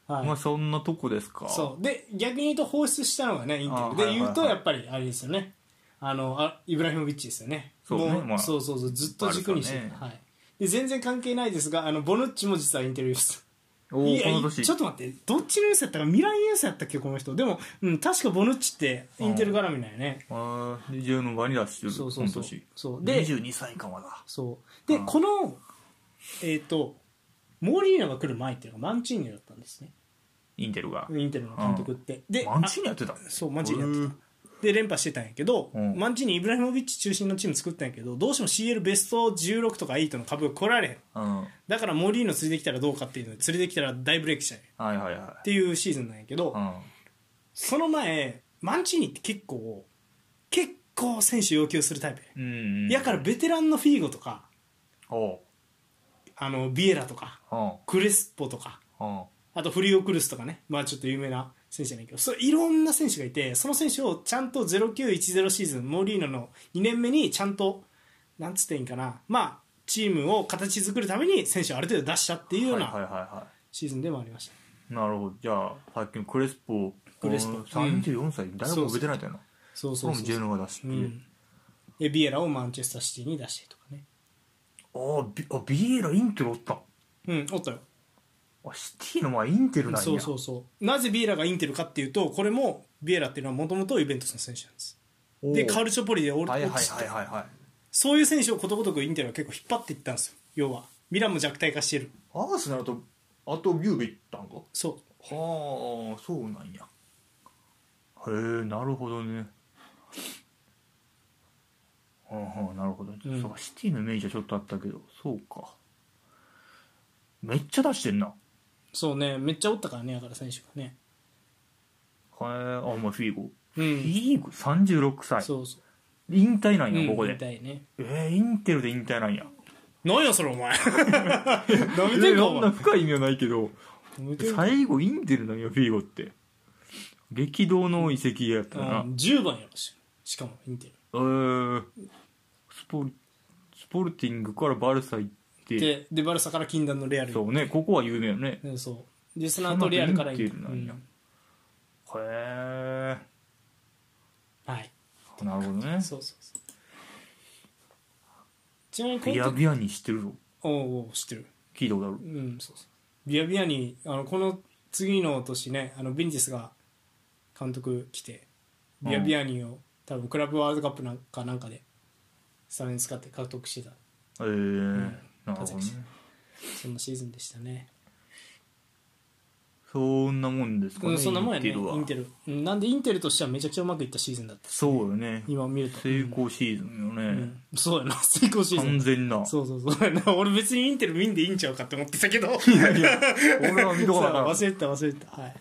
Speaker 1: はい
Speaker 2: まあそんなとこですか
Speaker 1: そうで逆に言うと放出したのがねインテ
Speaker 2: あー
Speaker 1: ルで、
Speaker 2: はいはいはい
Speaker 1: 言うとやっぱりあれですよねあのあイブラヒモビッチですよね
Speaker 2: そうね
Speaker 1: も
Speaker 2: まあ
Speaker 1: そうそうそうずっと軸にして、
Speaker 2: バルサ
Speaker 1: は
Speaker 2: ね
Speaker 1: い、で全然関係ないですがあのボヌッチも実はインテルユース
Speaker 2: お
Speaker 1: い
Speaker 2: ー
Speaker 1: や
Speaker 2: この年
Speaker 1: ちょっと待ってどっちのユースやったかミランユースやったっけこの人でも、うん、確かボヌッチってインテル絡みなんよね
Speaker 2: ああ二重のバニラしてる
Speaker 1: そうそうそう
Speaker 2: この年
Speaker 1: そうで
Speaker 2: 22歳かまだ
Speaker 1: そうで
Speaker 2: あー
Speaker 1: このえっ、とモーリーナが来る前っていうのがマンチーニだったんですね
Speaker 2: インテルが
Speaker 1: インテルの監督ってで
Speaker 2: マンチーニやってた
Speaker 1: そうマンチーニやってで連覇してたんやけど、
Speaker 2: うん
Speaker 1: マンチーニイブラヒモビッチ中心のチーム作ったんやけどどうしても CL ベスト16とか8の株が来られへん
Speaker 2: たうんはい
Speaker 1: だからモリーノ連れてきたらどうかっていうので連れてきたら大ブレイクしちゃうっ
Speaker 2: はいはい
Speaker 1: ていうシーズンなんやけど、
Speaker 2: うん
Speaker 1: その前マンチーニって結構結構選手要求するタイプやね、
Speaker 2: うん
Speaker 1: やからベテランのフィーゴとか
Speaker 2: おう
Speaker 1: あのビエラとか
Speaker 2: お
Speaker 1: クレスポとか
Speaker 2: うお
Speaker 1: あとフリオクルスとかね、まあ、ちょっと有名な選手じゃないけどそういろんな選手がいてその選手をちゃんと0910シーズンモーリーノの2年目にちゃんとなんつっていいんかな、まあ、チームを形作るために選手をある程度出したっていう
Speaker 2: う
Speaker 1: よう
Speaker 2: はいはいはい
Speaker 1: な
Speaker 2: は
Speaker 1: シーズンでもありました、
Speaker 2: いなるほどじゃあさっきのクレスポ
Speaker 1: クレスポ
Speaker 2: この34歳誰もベテランやったよな
Speaker 1: そう
Speaker 2: そ
Speaker 1: そう
Speaker 2: れ
Speaker 1: そ
Speaker 2: も
Speaker 1: う
Speaker 2: ジェノが出して
Speaker 1: うん、でビエラをマンチェスターシティに出してとかね
Speaker 2: あビあビエラインテルおった
Speaker 1: うんおったよ
Speaker 2: あシティの前インテルなんや
Speaker 1: そうそうそうなぜビエラがインテルかっていうとこれもビエラっていうのはもともとイベントスの選手なんです
Speaker 2: おう
Speaker 1: でカルチョポリでオール
Speaker 2: はいはい
Speaker 1: オークス
Speaker 2: はいはいはい
Speaker 1: そういう選手をことごとくインテルは結構引っ張っていったんですよ要はミランも弱体化してる
Speaker 2: アースならとあとビュービー行ったんかは
Speaker 1: そ
Speaker 2: あそうなんやへえなるほどねはあはあなるほど、
Speaker 1: うん
Speaker 2: そうかシティのイメージはちょっとあったけどそうかめっちゃ出してんなへ
Speaker 1: うそうねめっちゃおったからねやから選手がね
Speaker 2: えあお前フィーゴ
Speaker 1: う
Speaker 2: フ
Speaker 1: ん
Speaker 2: ィーゴ36歳
Speaker 1: そうそう
Speaker 2: 引退なん
Speaker 1: うん
Speaker 2: やここで、
Speaker 1: みたいね
Speaker 2: えー、インテルで引退なんや
Speaker 1: 何やそれお 前ダメ
Speaker 2: い
Speaker 1: て
Speaker 2: や
Speaker 1: んか
Speaker 2: そ
Speaker 1: お前
Speaker 2: んな深い意味はないけど
Speaker 1: 舐めてんか
Speaker 2: 最後インテルなんやフィーゴって激動の遺跡やったな、
Speaker 1: うん10番やろししかもインテ
Speaker 2: えースポルスポルティングからバルサ行って
Speaker 1: ルででバルサから禁断のレアル
Speaker 2: そうねここは有名よねへ
Speaker 1: うんそうでその後レアルからインテル
Speaker 2: その後インテルなんえ
Speaker 1: はい
Speaker 2: なるほどね
Speaker 1: そうそうそうちなみに
Speaker 2: ビ
Speaker 1: 今
Speaker 2: ヤ
Speaker 1: 度
Speaker 2: ビヤにしてるぞ
Speaker 1: おうおう知ってる
Speaker 2: 聞いたことある
Speaker 1: うん、そうそうビアビアにあのこの次の年ねあのベンジスが監督来てビアビアニを、多分クラブワールドカップなんかなんかでスタメン使って獲得してた
Speaker 2: えーなる
Speaker 1: 川
Speaker 2: ほど
Speaker 1: 崎
Speaker 2: ね
Speaker 1: さんそんなシーズンでしたね、
Speaker 2: そんなもんですか
Speaker 1: う
Speaker 2: ね、
Speaker 1: ん、そんなもんやね
Speaker 2: インテルは
Speaker 1: インテル、うん、なんでインテルとしてはめちゃくちゃうまくいったシーズンだった
Speaker 2: そうよね
Speaker 1: 今見ると
Speaker 2: 成功シーズンよね、
Speaker 1: うん、そうやな 成功シーズ
Speaker 2: 完
Speaker 1: ン
Speaker 2: 全な
Speaker 1: そうそうそうや な俺別にインテル見んでいいんちゃうかって思ってたけど
Speaker 2: 俺は見とかなかった
Speaker 1: 忘れてた忘れてたはい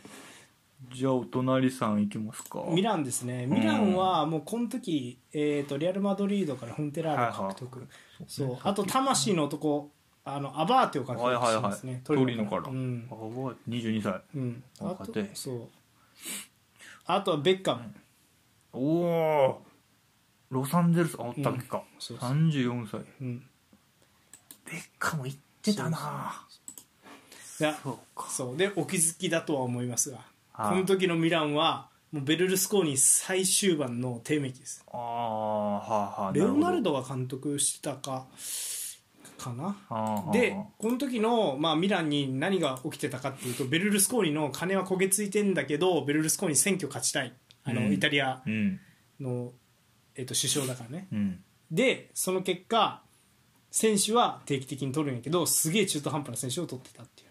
Speaker 2: じじゃあお隣さん行きますか
Speaker 1: ミランですねミランはもうこの時、えー、とレアル・マドリードからフンテラーレを獲得、そうあと魂の男あのアバーテを獲
Speaker 2: はい
Speaker 1: 得し
Speaker 2: はい
Speaker 1: て
Speaker 2: は
Speaker 1: ま
Speaker 2: い
Speaker 1: すね、
Speaker 2: 鳥のから、
Speaker 1: うん
Speaker 2: あ、わ22歳
Speaker 1: うん、あ
Speaker 2: 若
Speaker 1: と
Speaker 2: 手
Speaker 1: そうあとはベッカム、
Speaker 2: おおロサンゼルスあおったっけか、
Speaker 1: そうそう
Speaker 2: 34歳
Speaker 1: うん、
Speaker 2: ベッカも行ってたない
Speaker 1: や
Speaker 2: そうか
Speaker 1: そうでお気づきだとは思いますが
Speaker 2: はい
Speaker 1: この時のミランはもうベルルスコーニ最終盤の低迷期です
Speaker 2: ああはあはあ
Speaker 1: レオナル
Speaker 2: ド
Speaker 1: ドが監督してたかかな
Speaker 2: はあ
Speaker 1: でこの時の、まあ、ミランに何が起きてたかっていうとベルルスコーニの金は焦げついてんだけどベルルスコーニ選挙勝ちたいあの、
Speaker 2: うん
Speaker 1: イタリア
Speaker 2: うん
Speaker 1: の、えっと首相だからね
Speaker 2: うん
Speaker 1: でその結果選手は定期的に取るんやけどすげえ中途半端な選手を取ってたっていう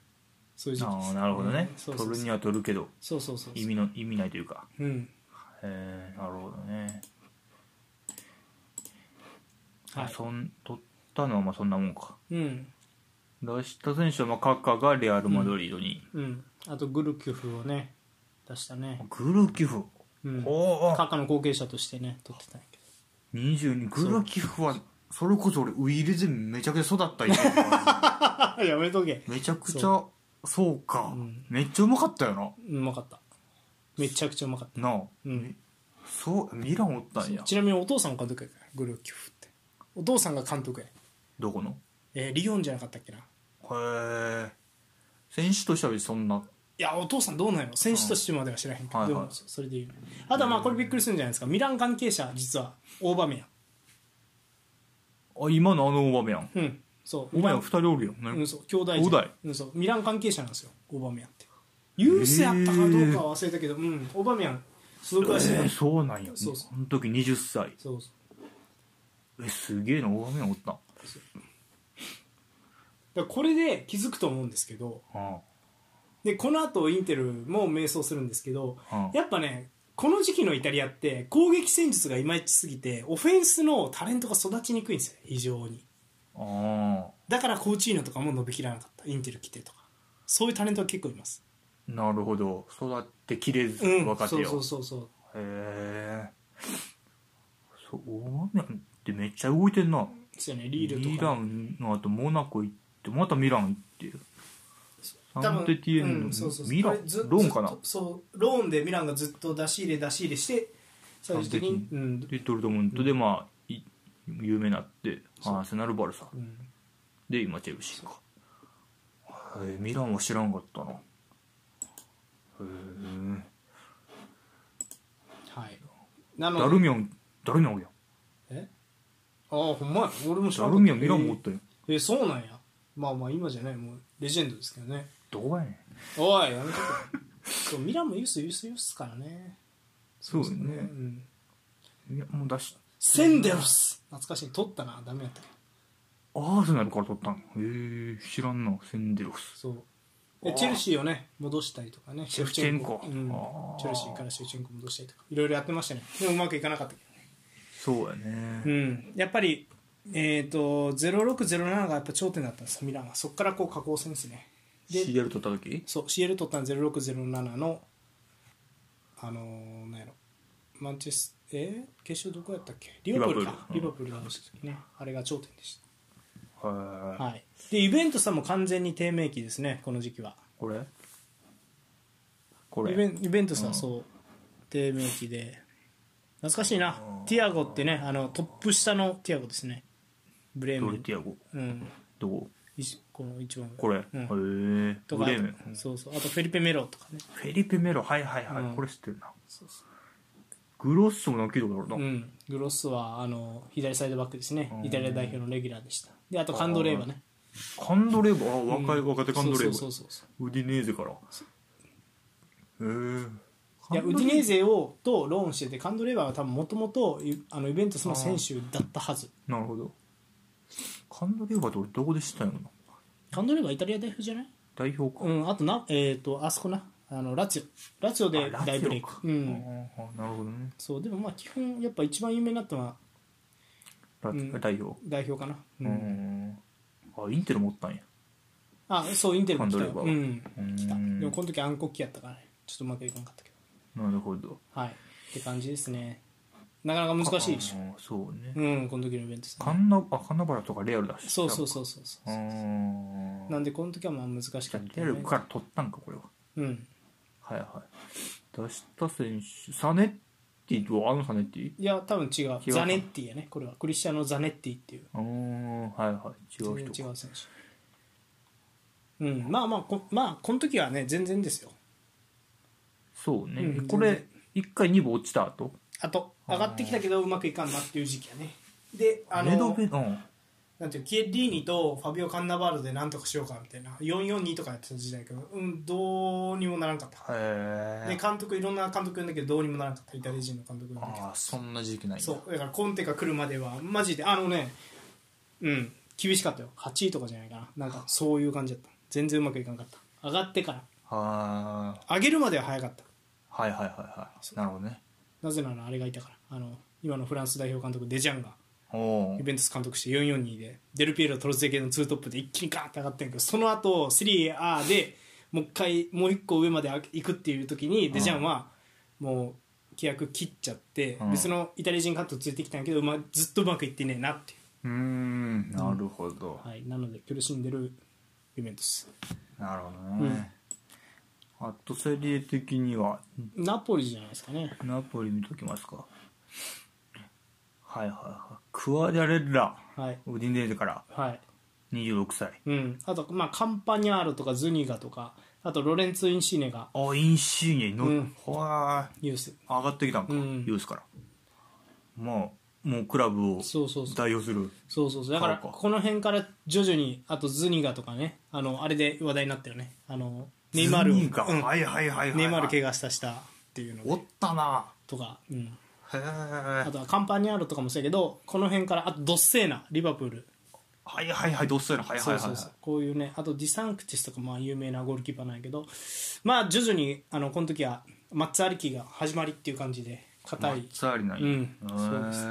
Speaker 1: そういう時期で
Speaker 2: あ
Speaker 1: す
Speaker 2: あなるほどね
Speaker 1: う、んそう
Speaker 2: 取
Speaker 1: そう
Speaker 2: る
Speaker 1: そう
Speaker 2: には取るけど
Speaker 1: そうそうそう
Speaker 2: 意味の意味ないというか
Speaker 1: うん
Speaker 2: えー、なるほどね、
Speaker 1: は
Speaker 2: あ
Speaker 1: い
Speaker 2: そん取ったのはまあそんなもんか
Speaker 1: うん
Speaker 2: 出した選手はまあカカがレアル・マドリードに、
Speaker 1: うんあとグルキュフをね出したね
Speaker 2: グルキフ、
Speaker 1: うん
Speaker 2: おー
Speaker 1: カカの後継者としてね取ってたんやけど
Speaker 2: 22グルキフはそれこそ俺ウイルでめちゃくちゃ育った イメージがあ
Speaker 1: あやめとけ
Speaker 2: るめちゃくちゃそうか、
Speaker 1: うん
Speaker 2: めっちゃうまかったよ
Speaker 1: うまかっためちゃくちゃうまかった
Speaker 2: ななあ、
Speaker 1: うん
Speaker 2: そうミランおったんや
Speaker 1: ちなみにお父さんの監督やからグルーキュフってお父さんが監督や、
Speaker 2: どこの
Speaker 1: えーリヨンじゃなかったっけない
Speaker 2: へえ選手としては別にそんな
Speaker 1: やお父さんどうなんやろ選手としてまでは知らへんけど、
Speaker 2: はい
Speaker 1: で
Speaker 2: はい
Speaker 1: もそそれで言うあとはまあこれびっくりするんじゃないですかミラン関係者実は大場面や
Speaker 2: あ今のあのオバメヤン
Speaker 1: うんそう
Speaker 2: オバメヤン
Speaker 1: ミ
Speaker 2: 2人おるや
Speaker 1: ラ
Speaker 2: ん、
Speaker 1: ン
Speaker 2: ね
Speaker 1: うんそう兄弟
Speaker 2: 兄弟
Speaker 1: うんそうミラン関係者なんですよ大場面やってユースやったかどうかは忘れたけど、うん大場面所属はしてた、
Speaker 2: えーそうなんや
Speaker 1: そうそう
Speaker 2: この時20歳
Speaker 1: そうそう
Speaker 2: えすげえなオバメヤンおった
Speaker 1: だ
Speaker 2: ん
Speaker 1: からこれで気づくと思うんですけど
Speaker 2: あ
Speaker 1: でこの後インテルも迷走するんですけど、
Speaker 2: あ
Speaker 1: やっぱねこの時期のイタリアって攻撃戦術がいまいちすぎてオフェンスのタレントが育ちにくいんですよ非常に
Speaker 2: ああ
Speaker 1: だからコーチーノとかも伸びきらなかったインテル来てとかそういうタレントは結構います
Speaker 2: なるほど育ってきれず
Speaker 1: うん
Speaker 2: 若手
Speaker 1: そう
Speaker 2: よ、
Speaker 1: そうそうそう
Speaker 2: へえそうオバメヤンってめっちゃ動いてんな
Speaker 1: ですよねリールとか
Speaker 2: ミランの後モナコ行ってまたミラン行ってサンテティエンヌ
Speaker 1: うんそうそうそう
Speaker 2: ミラン
Speaker 1: これず
Speaker 2: ローンかな
Speaker 1: ずっとそうローンでミランがずっと出し入れ出し入れして最終的に
Speaker 2: 完、
Speaker 1: うん
Speaker 2: でドルトムントでまあい有名になって
Speaker 1: そう
Speaker 2: アーセナルバルサ
Speaker 1: うん
Speaker 2: で今チェルシーかへえミランは知らんかったなへえ
Speaker 1: はいな
Speaker 2: ダ
Speaker 1: の
Speaker 2: ル
Speaker 1: で
Speaker 2: ミョンダルミョンおるやん
Speaker 1: えああほんまや俺も知ら
Speaker 2: ダ
Speaker 1: ん
Speaker 2: ル
Speaker 1: かった
Speaker 2: ミョンミランもおったよ
Speaker 1: えーそうなんやまあまあ今じゃないもうレジェンドですけどね
Speaker 2: どこやねん
Speaker 1: おいやめとけそうミランもユースユースユースからね
Speaker 2: そうよ
Speaker 1: う
Speaker 2: ね
Speaker 1: ん
Speaker 2: いやもう出し
Speaker 1: センデロス懐かしい取ったなダメやったけど
Speaker 2: アーセナルから取ったんへえ知らんなセンデロス
Speaker 1: そうでチェルシーをね戻したりとかね
Speaker 2: シェフチェンコ
Speaker 1: うん
Speaker 2: あー
Speaker 1: チェルシーからシェフチェンコ戻したりとかいろいろやってましたねでもうまくいかなかったけ
Speaker 2: そうやね
Speaker 1: どうんやっぱりえっ、と0607がやっぱ頂点だったんですよミランはそこからこう下降戦ですねで
Speaker 2: CL 取った時
Speaker 1: そう CL 取ったの0607のあのー、なんやろマンチェスえー、決勝どこやったっけリバプールかリ
Speaker 2: リ
Speaker 1: バ
Speaker 2: バ
Speaker 1: プールが落ちた時ねあれが頂点でし
Speaker 2: は
Speaker 1: た、はい、でイベントさんも完全に低迷期ですねこの時期はい
Speaker 2: これこれ
Speaker 1: イベンイベントさ
Speaker 2: うんん
Speaker 1: そう低迷期で懐かしいな
Speaker 2: うん
Speaker 1: ティアゴってねあのトップ下のティアゴですねブレー
Speaker 2: ド
Speaker 1: メ
Speaker 2: ル
Speaker 1: ン
Speaker 2: ティアゴ
Speaker 1: うん
Speaker 2: どこ
Speaker 1: いしこの一番上
Speaker 2: これ、
Speaker 1: うん
Speaker 2: へえブ
Speaker 1: とかあ
Speaker 2: レ
Speaker 1: と
Speaker 2: ーメン
Speaker 1: そうそうあとフェリペ・メロとかね
Speaker 2: フェリペ・メロはいはいはい、
Speaker 1: うん
Speaker 2: これ知ってるな
Speaker 1: そうそう
Speaker 2: グロッソもなんか聞いたことある
Speaker 1: う
Speaker 2: な、
Speaker 1: ん、グロッスはあの左サイドバックですね
Speaker 2: うん
Speaker 1: イタリア代表のレギュラーでしたであとカンドレーバね
Speaker 2: カンドレーバーあ若い、若手カンドレーバー
Speaker 1: そうそうそうそう
Speaker 2: ウディネーゼからへえ
Speaker 1: いやウディネーゼをとローンしててカンドレーバーは多分もともとイあのイベントスの選手だったはず
Speaker 2: なるほどカンドレーバーって俺どこで知ったんやろな
Speaker 1: カンドレーバーイタリア代表じゃない
Speaker 2: 代表か、
Speaker 1: うんあとなえっ、とあそこなあのラツィオラツィオで
Speaker 2: あラツィオ
Speaker 1: 大ブレイク
Speaker 2: か
Speaker 1: うん
Speaker 2: ああなるほどね
Speaker 1: そうでもまあ基本やっぱ一番有名になったのは
Speaker 2: ラツ
Speaker 1: うん
Speaker 2: 代表
Speaker 1: 代表かな、う
Speaker 2: うんんあインテル持ったんや
Speaker 1: あそうインテルも来た
Speaker 2: カンド
Speaker 1: よ、
Speaker 2: レー
Speaker 1: う
Speaker 2: バー
Speaker 1: ん、来た
Speaker 2: うん
Speaker 1: でもこの時暗黒期やったからねちょっとうまくいかなかったけど
Speaker 2: なるほど
Speaker 1: はいって感じですねなかなか難しいでしょ
Speaker 2: あーそうね、
Speaker 1: うんこの時のイベントですね
Speaker 2: カンナあカンナバラとかレアルだし
Speaker 1: そうそうそ
Speaker 2: そ
Speaker 1: うそうそう
Speaker 2: うーん
Speaker 1: なんでこの時はまあ難しかっ
Speaker 2: じ
Speaker 1: た
Speaker 2: ゃ
Speaker 1: ね
Speaker 2: あレアルから取ったんかこれは
Speaker 1: うん
Speaker 2: はいはい出した選手サネッティとあのサネッティ
Speaker 1: いや多分違う
Speaker 2: 違う
Speaker 1: ザネッティやねこれはクリスチャノ・ザネッティっていう
Speaker 2: うーんはいはい違
Speaker 1: 全
Speaker 2: う
Speaker 1: 然
Speaker 2: 人
Speaker 1: 違
Speaker 2: か
Speaker 1: う選手うんまあまあこまあこの時はね全然ですよ
Speaker 2: そうね、
Speaker 1: うん
Speaker 2: これ一回二部落ちた後
Speaker 1: あと上がってきたけどうまくいかんなっていう時期やねであの
Speaker 2: メドベうん
Speaker 1: なんていうキエッリーニとファビオ・カンナバールでなんとかしようかみたいな442とかやってた時代だけど、うん、どうにもならんかった
Speaker 2: へ
Speaker 1: で
Speaker 2: え
Speaker 1: 監督いろんな監督呼んだけどどうにもならんかったイタリア人の監督呼んだけど
Speaker 2: ああそんな時期ないんだ
Speaker 1: そうだからコンテが来るまではマジであのねうん厳しかったよ8位とかじゃないかななんかそういう感じだった全然うまくいかなかった上がってから
Speaker 2: は
Speaker 1: 上げるまでは早かった
Speaker 2: ーはいはいはいはいなるほどね
Speaker 1: なぜならあれがいたからあの今のフランス代表監督デジャンが
Speaker 2: おお
Speaker 1: イベントス監督して442でデルピエロトロツェ系のツートップで一気にガーッて上がってんけどその後セリエ A でもう一回もう一個上まで行くっていう時にデジャンはもう契約切っちゃって
Speaker 2: うん
Speaker 1: 別のイタリア人監督ついてきたんやけど、まあ、ずっとうまくいってねえなっていう
Speaker 2: ーんなるほど、
Speaker 1: う、はい、なので苦しんでるイベントです
Speaker 2: なるほどね、あとセリエ的には
Speaker 1: ナポリじゃないですかね
Speaker 2: ナポリ見ときますかはいはいはいクアリャレッラ
Speaker 1: はい
Speaker 2: ウディネーゼから
Speaker 1: はい
Speaker 2: 26歳
Speaker 1: うんあとまあカンパニャーロとかズニガとかあとロレンツ・インシーネが
Speaker 2: あインシーニェに乗っ、
Speaker 1: うん
Speaker 2: は
Speaker 1: ユース
Speaker 2: ー上がってきたんか、
Speaker 1: うん
Speaker 2: ユースからまあもうクラブを
Speaker 1: そうそうそう
Speaker 2: 代表する
Speaker 1: そうそうそうだから
Speaker 2: そうか
Speaker 1: この辺から徐々にあとズニガとかねあのあれで話題になったよねあのネイマールを
Speaker 2: ズニーが
Speaker 1: うん
Speaker 2: はいはいはいはい、
Speaker 1: ネイマール怪我したしたっていうの
Speaker 2: お
Speaker 1: で
Speaker 2: ったな
Speaker 1: とか、うん、
Speaker 2: へえ
Speaker 1: あとはカンパニアーロとかもそうやけどこの辺からあとドッセーナリバプール
Speaker 2: はいはいはいどうするのはいはい
Speaker 1: そ
Speaker 2: は
Speaker 1: う
Speaker 2: い
Speaker 1: そうそうこういうねあとディサンクティスとかまあ有名なゴールキーパーなんやけどまあ徐々にあのこの時はマッツアリキが始まりっていう感じで
Speaker 2: マ
Speaker 1: 硬い
Speaker 2: ッツァーリなんや
Speaker 1: うんそうです
Speaker 2: へえ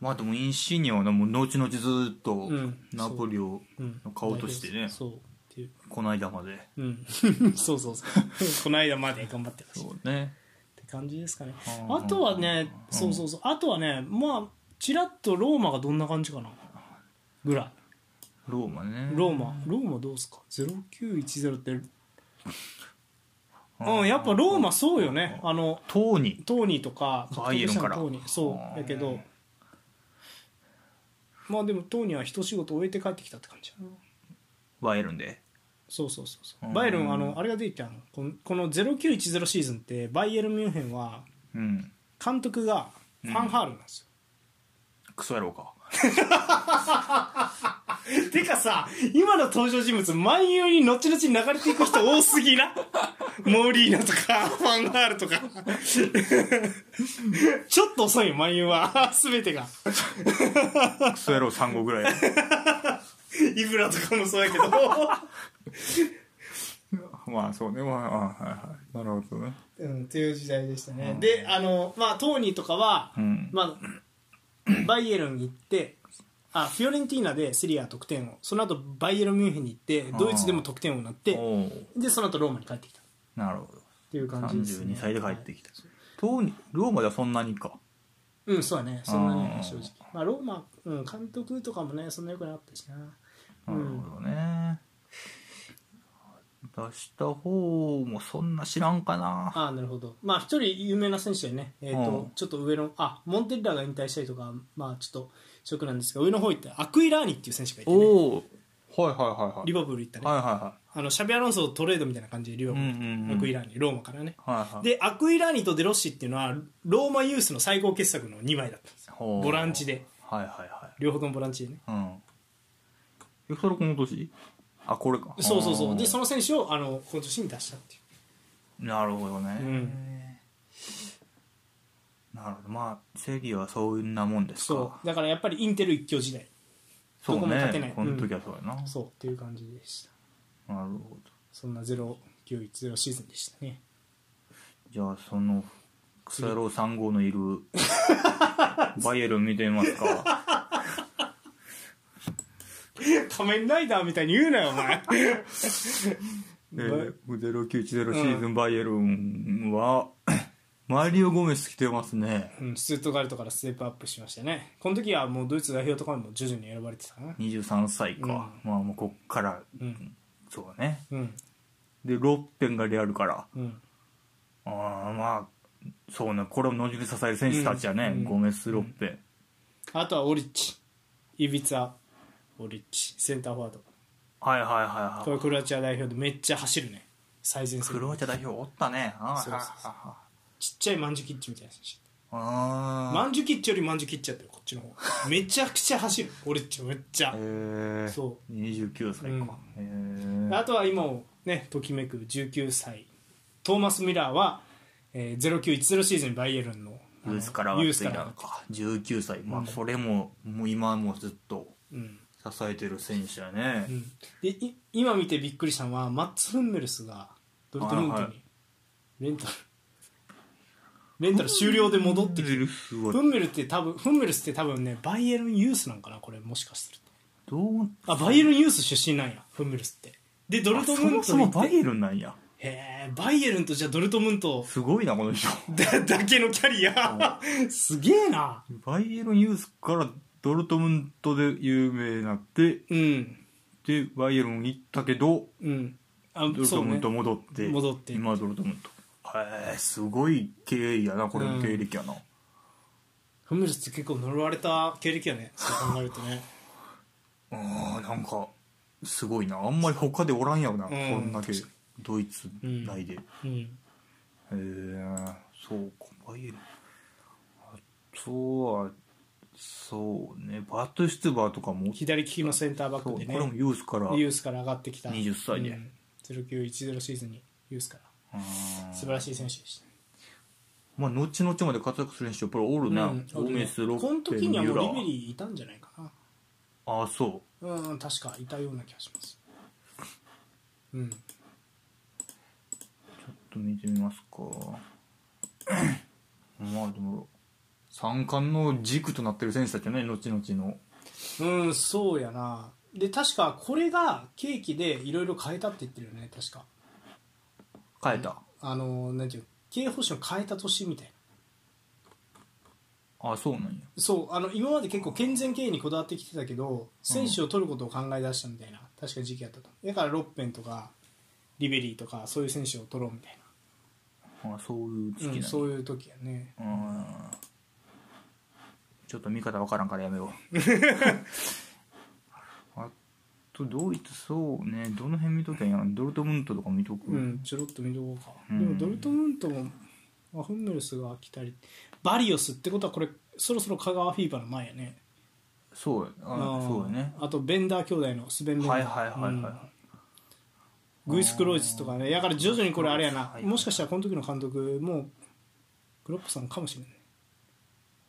Speaker 2: まあでもインシーニョはねもう後々ずっと
Speaker 1: ん
Speaker 2: ナポリを
Speaker 1: うん
Speaker 2: の顔としてね、
Speaker 1: そうっていう
Speaker 2: この間まで
Speaker 1: うん そうそうそうこの間まで頑張ってたし
Speaker 2: そうね
Speaker 1: って感じですかね
Speaker 2: は
Speaker 1: あ
Speaker 2: あ
Speaker 1: とはねそうそうそうあとはねまあちらっとローマがどんな感じかなぐらい
Speaker 2: ローマね
Speaker 1: ローマローマどうすか0910って
Speaker 2: あ
Speaker 1: うんやっぱローマそうよねあの
Speaker 2: トーニ
Speaker 1: トーニーとか
Speaker 2: バイエルンから
Speaker 1: トーニーそうやけどまあでもトーニーは一仕事終えて帰ってきたって感じだな
Speaker 2: バイエルンで
Speaker 1: そうそうそうそううんバイエルンあのあれが出てきたのこのこの0910シーズンってバイエルンミュンヘンは
Speaker 2: うん
Speaker 1: 監督がファンハールなんですよ、
Speaker 2: クソ野郎か
Speaker 1: てかさ今の登場人物万有に後々流れていく人多すぎ なモーリーナとかファンガールとかちょっと遅いよ万有は 全てが
Speaker 2: クソ野郎3号 ぐらい
Speaker 1: イブラとかもそうやけど
Speaker 2: まあそうねまああはいはいなるほどね
Speaker 1: うんっていう時代でしたね、であのまあトーニーとかは、
Speaker 2: うん
Speaker 1: まあ、バイエルンに行ってあフィオレンティーナでセリア得点をその後バイエルンミュンヘンに行ってドイツでも得点をなって
Speaker 2: おお
Speaker 1: でその後ローマに帰ってきたっ
Speaker 2: なるほど
Speaker 1: ていう感じですね
Speaker 2: 32歳で帰ってきた、トーニローマではそんなにか
Speaker 1: うんそうだねそんなに
Speaker 2: あー
Speaker 1: 正直まあローマ、うん、監督とかもねそんなよくなかったしなう
Speaker 2: なる
Speaker 1: ん
Speaker 2: ほどね、出した方もそんな知らんかな
Speaker 1: ああなるほどまあ一人有名な選手でね、えーと
Speaker 2: うん
Speaker 1: ちょっと上のあモンテッラが引退したりとかまあちょっとショックなんですが上の方行ってアクイラーニっていう選手がいて、ね、
Speaker 2: おおはいはいはいはい
Speaker 1: リバプール行ったね、
Speaker 2: はいは
Speaker 1: あのシャビアロンソとトレードみたいな感じでリバ
Speaker 2: いはい
Speaker 1: プー
Speaker 2: うん
Speaker 1: ル、
Speaker 2: うんうん
Speaker 1: アクイラーニローマからね
Speaker 2: はいはい
Speaker 1: でアクイラーニとデロッシっていうのはローマユースの最高傑作の2枚だったんですよ
Speaker 2: ほう
Speaker 1: ボランチで
Speaker 2: はいはい
Speaker 1: 両方ともボランチでね
Speaker 2: はいうんえそれこの年あこれか
Speaker 1: そうそうそうで
Speaker 2: あー
Speaker 1: その選手をあの今年に出したっていう
Speaker 2: なるほどね、
Speaker 1: うん
Speaker 2: なるほどまあセリアはそんなもんです
Speaker 1: そ
Speaker 2: か
Speaker 1: うだからやっぱりインテル一強時代
Speaker 2: そう
Speaker 1: どこも勝てない
Speaker 2: ねこの時はそうやな、
Speaker 1: そうっていう感じでした
Speaker 2: なるほど
Speaker 1: そんな0910シーズンでしたね
Speaker 2: じゃあその草野郎3号の いるバイエルン見てみますか
Speaker 1: 仮面ライダーみたいに言うなよお前
Speaker 2: えー、0910シーズンバイエルンは、 マリオ・ゴメス来てますね
Speaker 1: うんスツートガルトからステップアップしましたねこの時はもうドイツ代表とかにも徐々に選ばれてたかな
Speaker 2: 23歳か、まあもうこっから、
Speaker 1: うん
Speaker 2: そうね
Speaker 1: うん
Speaker 2: でロッペンがレアルから
Speaker 1: うん
Speaker 2: あーまあそうねこれを野尻支える選手たちやね、
Speaker 1: うん
Speaker 2: ゴメス・ロッペン、
Speaker 1: あとはオリッチイビツァオリッチセンターフォワード
Speaker 2: はいはいはい
Speaker 1: こ
Speaker 2: は
Speaker 1: れ
Speaker 2: い
Speaker 1: クロアチア代表でめっちゃ走るね最前
Speaker 2: ク
Speaker 1: 線
Speaker 2: ロアチア代表おったねあ
Speaker 1: そうそうそちっちゃいマンジュキッチみたいな選手
Speaker 2: ああ
Speaker 1: マンジュキッチよりマンジュキッチやったよこっちの方めちゃくちゃ走るオリッチめっちゃ
Speaker 2: へえ
Speaker 1: そ
Speaker 2: 29歳か、へえ
Speaker 1: あとは今をねときめく19歳トーマス・ミラーは、えー、0910シーズンバイエルンのあの
Speaker 2: ユースからは
Speaker 1: ユース
Speaker 2: つい
Speaker 1: か
Speaker 2: た
Speaker 1: ら
Speaker 2: のか19歳まあ
Speaker 1: うん
Speaker 2: これも,、もう今はもうずっと
Speaker 1: うん
Speaker 2: 支えてる選手やね、
Speaker 1: うんでい今見てびっくりしたのはマッツ・フンメルスがドルトムント
Speaker 2: はい
Speaker 1: に
Speaker 2: はい
Speaker 1: レンタル レンタル終了で戻ってきて
Speaker 2: ルフ
Speaker 1: フ
Speaker 2: は
Speaker 1: ンメルって多分フンメルスって多分ねバイエルンユースなんかなこれもしかする
Speaker 2: どう
Speaker 1: とあバイエルンユース出身なんやフンメルスってでドル
Speaker 2: あ
Speaker 1: ト
Speaker 2: そ
Speaker 1: ムン
Speaker 2: も
Speaker 1: ト
Speaker 2: そ
Speaker 1: に行っ
Speaker 2: も
Speaker 1: て
Speaker 2: バイエルンなんや
Speaker 1: へえバイエルンとじゃあドルトムント
Speaker 2: すごいなこの人
Speaker 1: だ だけのキャリアすげえな
Speaker 2: バイエルンユースからドルトムントで有名になって
Speaker 1: うん
Speaker 2: でバイエルン行ったけど
Speaker 1: うんあ
Speaker 2: ドル
Speaker 1: そ
Speaker 2: ト
Speaker 1: う
Speaker 2: ム
Speaker 1: ね
Speaker 2: ント戻って、
Speaker 1: 戻って
Speaker 2: 今はドルトムントへえすごい経緯やなこれ
Speaker 1: うん
Speaker 2: も経歴やな、
Speaker 1: フンメルスって結構呪われた経歴やねそう考えると ね
Speaker 2: あーなんかすごいなあんまり他でおらんやろな、こんだけ
Speaker 1: 確か
Speaker 2: ドイツ内で、
Speaker 1: うん
Speaker 2: へえそうかバイエルンあとはそうねバトゥストゥバーとかも
Speaker 1: 左利きのセンターバッ
Speaker 2: そう
Speaker 1: クで
Speaker 2: これも
Speaker 1: ね
Speaker 2: ユースから
Speaker 1: ユースから上がってきた
Speaker 2: 20歳で
Speaker 1: うん、0910シーズンにユースから
Speaker 2: うん
Speaker 1: 素晴らしい選手でした
Speaker 2: まあ後々まで活躍する選手やっぱりおるな、
Speaker 1: うん
Speaker 2: ゴメスロッ
Speaker 1: この
Speaker 2: ペ
Speaker 1: 時には
Speaker 2: ミュラ
Speaker 1: もうリベ
Speaker 2: ー
Speaker 1: リーいたんじゃないかな
Speaker 2: ああそ
Speaker 1: うん確かいたような気がしますうん
Speaker 2: うちょっと見てみますか まあでも三冠の軸となってる選手たちよね後々の
Speaker 1: うんそうやなで確かこれがケーキでいろいろ変えたって言ってるよね確か
Speaker 2: 変えた、
Speaker 1: あのなんていうの経営方針を変えた年みたいな
Speaker 2: ああそうなんや
Speaker 1: そうあの今まで結構健全経営にこだわってきてたけど選手を取ることを考え出したみたいな確か時期やったとだからロッペンとかリベリーとかそういう選手を取ろうみたい
Speaker 2: ああそういう時期
Speaker 1: な、
Speaker 2: なん
Speaker 1: うん、
Speaker 2: や
Speaker 1: そういう時やね
Speaker 2: うんちょっと見方わからんから やめようあとドイツそうねどの辺見ときゃいいんやドルトムントとか見とく、
Speaker 1: うんちょろっと見とこうか、
Speaker 2: うん
Speaker 1: でもドルトムントもあフンメルスが来たりバリオスってことはこれそろそろ香川フィーバーの前やね
Speaker 2: そうやあ
Speaker 1: ん
Speaker 2: そうやね
Speaker 1: あとベンダー兄弟のスベン・ベンダ
Speaker 2: はい
Speaker 1: ー
Speaker 2: はいはいはい、
Speaker 1: うんグイス・クロイツとかねだから徐々にこれあれやな
Speaker 2: はい
Speaker 1: もしかしたらこの時の監督もクロップさんかもしれないね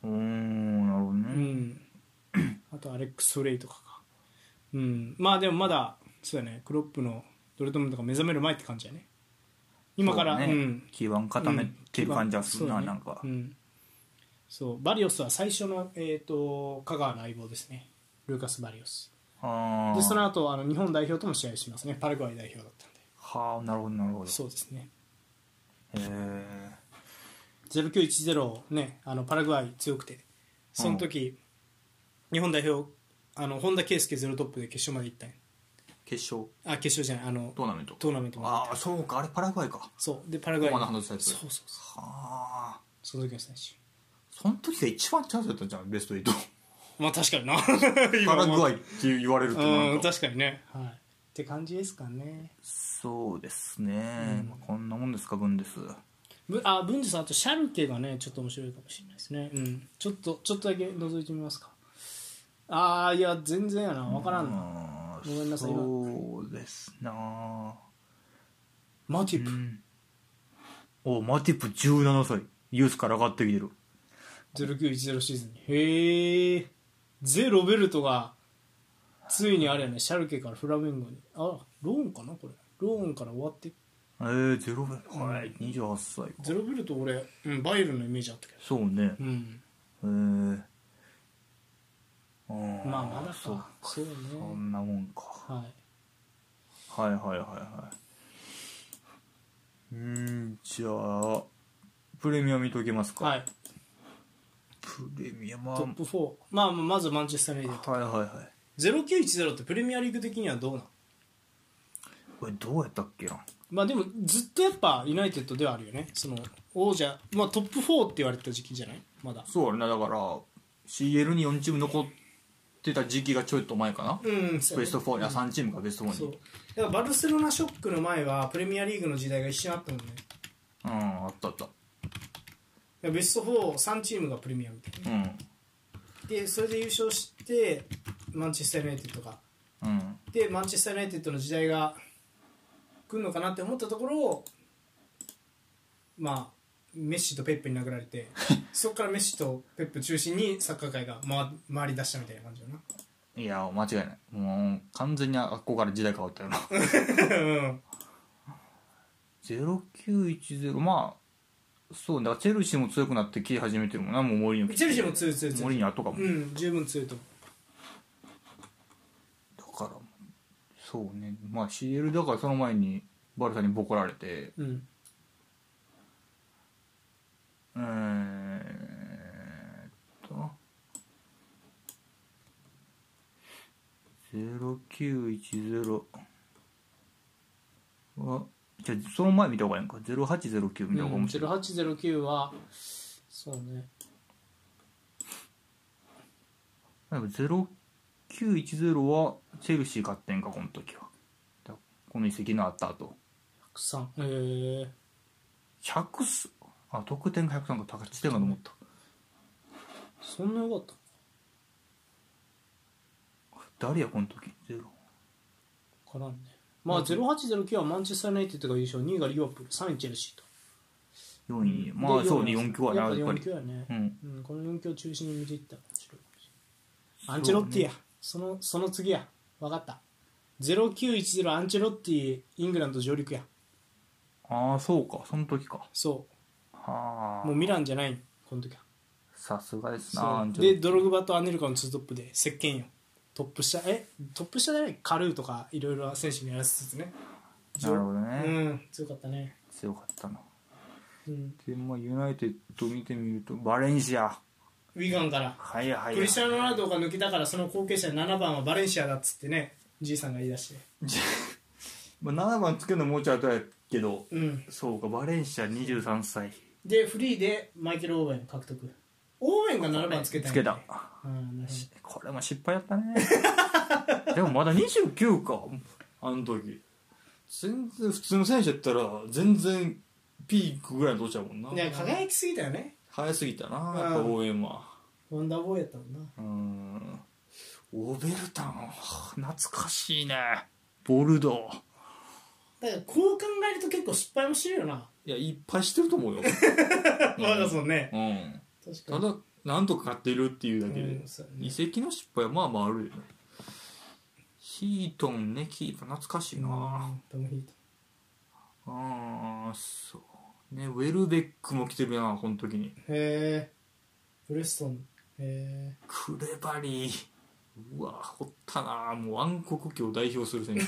Speaker 2: うーんなるほどね、
Speaker 1: うんあとアレックス・フレイとかかうんまあでもまだそうだねクロップのドルトムントが目覚める前って感じやね今から
Speaker 2: そう
Speaker 1: う
Speaker 2: ね
Speaker 1: ん
Speaker 2: 基盤固めてる感じはするな、
Speaker 1: そうね
Speaker 2: なんか、
Speaker 1: うんそうバリオスは最初のえっと香川の相棒ですねルーカス・バリオス
Speaker 2: ああ
Speaker 1: でその後あの日本代表とも試合をしますねパラグアイ代表だったんで
Speaker 2: はあなるほどなるほど
Speaker 1: そうですね
Speaker 2: へえ
Speaker 1: 0910ねあのパラグアイ強くてその時、日本代表あの本田圭佑ゼロトップで決勝まで行ったんや
Speaker 2: 決勝
Speaker 1: あ決勝じゃないあの
Speaker 2: トーナメント
Speaker 1: トーナメントまで
Speaker 2: ああそうかあれパラグアイか
Speaker 1: そうでパラグアイ
Speaker 2: ここまで話したやつ
Speaker 1: そうそうそう
Speaker 2: はあ
Speaker 1: その時の選手
Speaker 2: その時が一番チャンスだったじゃんベスト8
Speaker 1: まあ確 かにな
Speaker 2: パラグア
Speaker 1: イ
Speaker 2: イって言われるとな
Speaker 1: うんん
Speaker 2: か
Speaker 1: 確かにねはいって感じですかね
Speaker 2: そうですね、
Speaker 1: うん
Speaker 2: まあこんなもんですかブンデス
Speaker 1: ぶあ文治さんあとシャルケがねちょっと面白いかもしれないですねうんちょっとちょっとだけ覗いてみますかああいや全然やな分からんな、
Speaker 2: な
Speaker 1: ごめんなさい今
Speaker 2: そうですな
Speaker 1: マティ
Speaker 2: う
Speaker 1: プ
Speaker 2: んおマティプ17歳ユースから上がってきてる
Speaker 1: 0910シーズンにへえゼ・ロベルトがついにあれやねシャルケからフラメンゴにあローンかなこれローンから終わって
Speaker 2: えー、ゼロ分はい28歳か
Speaker 1: ゼ・ロベルト俺、うん、バイエルンのイメージあったけど
Speaker 2: そうね
Speaker 1: うん
Speaker 2: えー
Speaker 1: まあまだか
Speaker 2: そう
Speaker 1: そうね
Speaker 2: そんなもんか
Speaker 1: はい
Speaker 2: はいはいはいはいうーんじゃあプレミア見ときますか、
Speaker 1: はい、
Speaker 2: プレミアムは
Speaker 1: トップ4、まあ、まずマンチェスター・ユナイテッド
Speaker 2: はいはいはい
Speaker 1: 0910ってプレミアリーグ的にはどうなん
Speaker 2: これどうやったっけな
Speaker 1: まあでもずっとやっぱユナイテッドではあるよねその王者、まあ、トップ4って言われてた時期じゃないまだ
Speaker 2: そうだねだから CL に4チーム残ってた時期がちょっと前かな、
Speaker 1: うん
Speaker 2: ベスト4にあ3チームかベスト4
Speaker 1: そう
Speaker 2: に
Speaker 1: だからバルセロナショックの前はプレミアリーグの時代が一瞬あったもんね
Speaker 2: うんあったあった
Speaker 1: だからベスト43チームがプレミアみたいな
Speaker 2: うん
Speaker 1: でそれで優勝してマンチェスター・ユナイテッドが
Speaker 2: うん
Speaker 1: でマンチェスター・ユナイテッドの時代が来るのかなって思ったところをまあメッシとペップに殴られ てそこからメッシとペップ中心にサッカー界が回回り出したみたいな感じだない
Speaker 2: や間違いないもう完全にあっこから時代変わった よな
Speaker 1: うん
Speaker 2: 0910まあそうだからチェルシーも強くなってき始めてるもんなもう森に
Speaker 1: チェルシーも強い強い強
Speaker 2: 森
Speaker 1: い
Speaker 2: に後かも、だ
Speaker 1: うん十分強いと思
Speaker 2: からそうねまあ CL だからその前にバルサにボコられて
Speaker 1: ううん
Speaker 2: えーっと0910はじゃあその前見た方がいいのか0809見た方が面白い、
Speaker 1: 0809はそうね
Speaker 2: でも0910はチェルシー勝ってんかこの時はだこの移籍のあった後
Speaker 1: 103へえ
Speaker 2: 100すあ得点が103か高知点かと思った
Speaker 1: そんなよかった
Speaker 2: 誰やこの時0
Speaker 1: からんねまあ0809はマンチェスター・ユナイテッドが優勝2位がリバプール3位チェルシーと
Speaker 2: 4位まあ
Speaker 1: で
Speaker 2: そうね4強やなやっぱ
Speaker 1: 4
Speaker 2: り
Speaker 1: 強やね
Speaker 2: うん
Speaker 1: うん、この4強中心に見ていったら面白いかもしれないアンチェロッティやそ,、のその次や分かった0910アンチェロッティイングランド上陸や
Speaker 2: ああそうかその時か
Speaker 1: そ
Speaker 2: は
Speaker 1: う
Speaker 2: あ
Speaker 1: もうミランじゃないこの時は
Speaker 2: さすがですな
Speaker 1: そう
Speaker 2: ちょ
Speaker 1: でドログバとアネルカのツートップで石鹸よトップ下えトップ下じゃないカルーとかいろいろ選手にやらせつつね
Speaker 2: なるほど
Speaker 1: う
Speaker 2: ね、
Speaker 1: ん強かったね
Speaker 2: 強かったな
Speaker 1: うん
Speaker 2: でまあユナイテッド見てみるとバレンシア
Speaker 1: ウィガンから
Speaker 2: はいはい
Speaker 1: クリスティアーノ・ロナウドが抜けたからその後継者7番はバレンシアだっつってねじいさんが言い出して
Speaker 2: まあ、7番つけるのもうちょい後やけど
Speaker 1: うん
Speaker 2: そうかバレンシア23歳
Speaker 1: でフリーでマイケル・オーウェン獲得オーウェンが7番つけたんや
Speaker 2: つけた
Speaker 1: うんなし
Speaker 2: これも失敗やったね でもまだ29かあの時全然普通の選手やったら全然ピークぐらいのとちゃうもんな
Speaker 1: ね輝きすぎたよね
Speaker 2: 早すぎたな
Speaker 1: うん
Speaker 2: やっぱ応援は
Speaker 1: ワンダーボーイやったもんな
Speaker 2: うーんオベルタン懐かしいねボルドー
Speaker 1: だからこう考えると結構失敗もしてるよ な、
Speaker 2: いやいっぱいしてると思 うようん
Speaker 1: 我がそうね
Speaker 2: うん
Speaker 1: 確か
Speaker 2: た
Speaker 1: に
Speaker 2: だなんとか勝ってるっていうだけで、
Speaker 1: うんそうやね
Speaker 2: 移籍の失敗はまあまああるよねヒートンねキーパー懐かしいな、
Speaker 1: トムヒート
Speaker 2: ああそうねウェルベックも来てるなこの時に
Speaker 1: へえブレストンへえ
Speaker 2: クレバリーうわ掘ったなもう暗黒期を代表する選手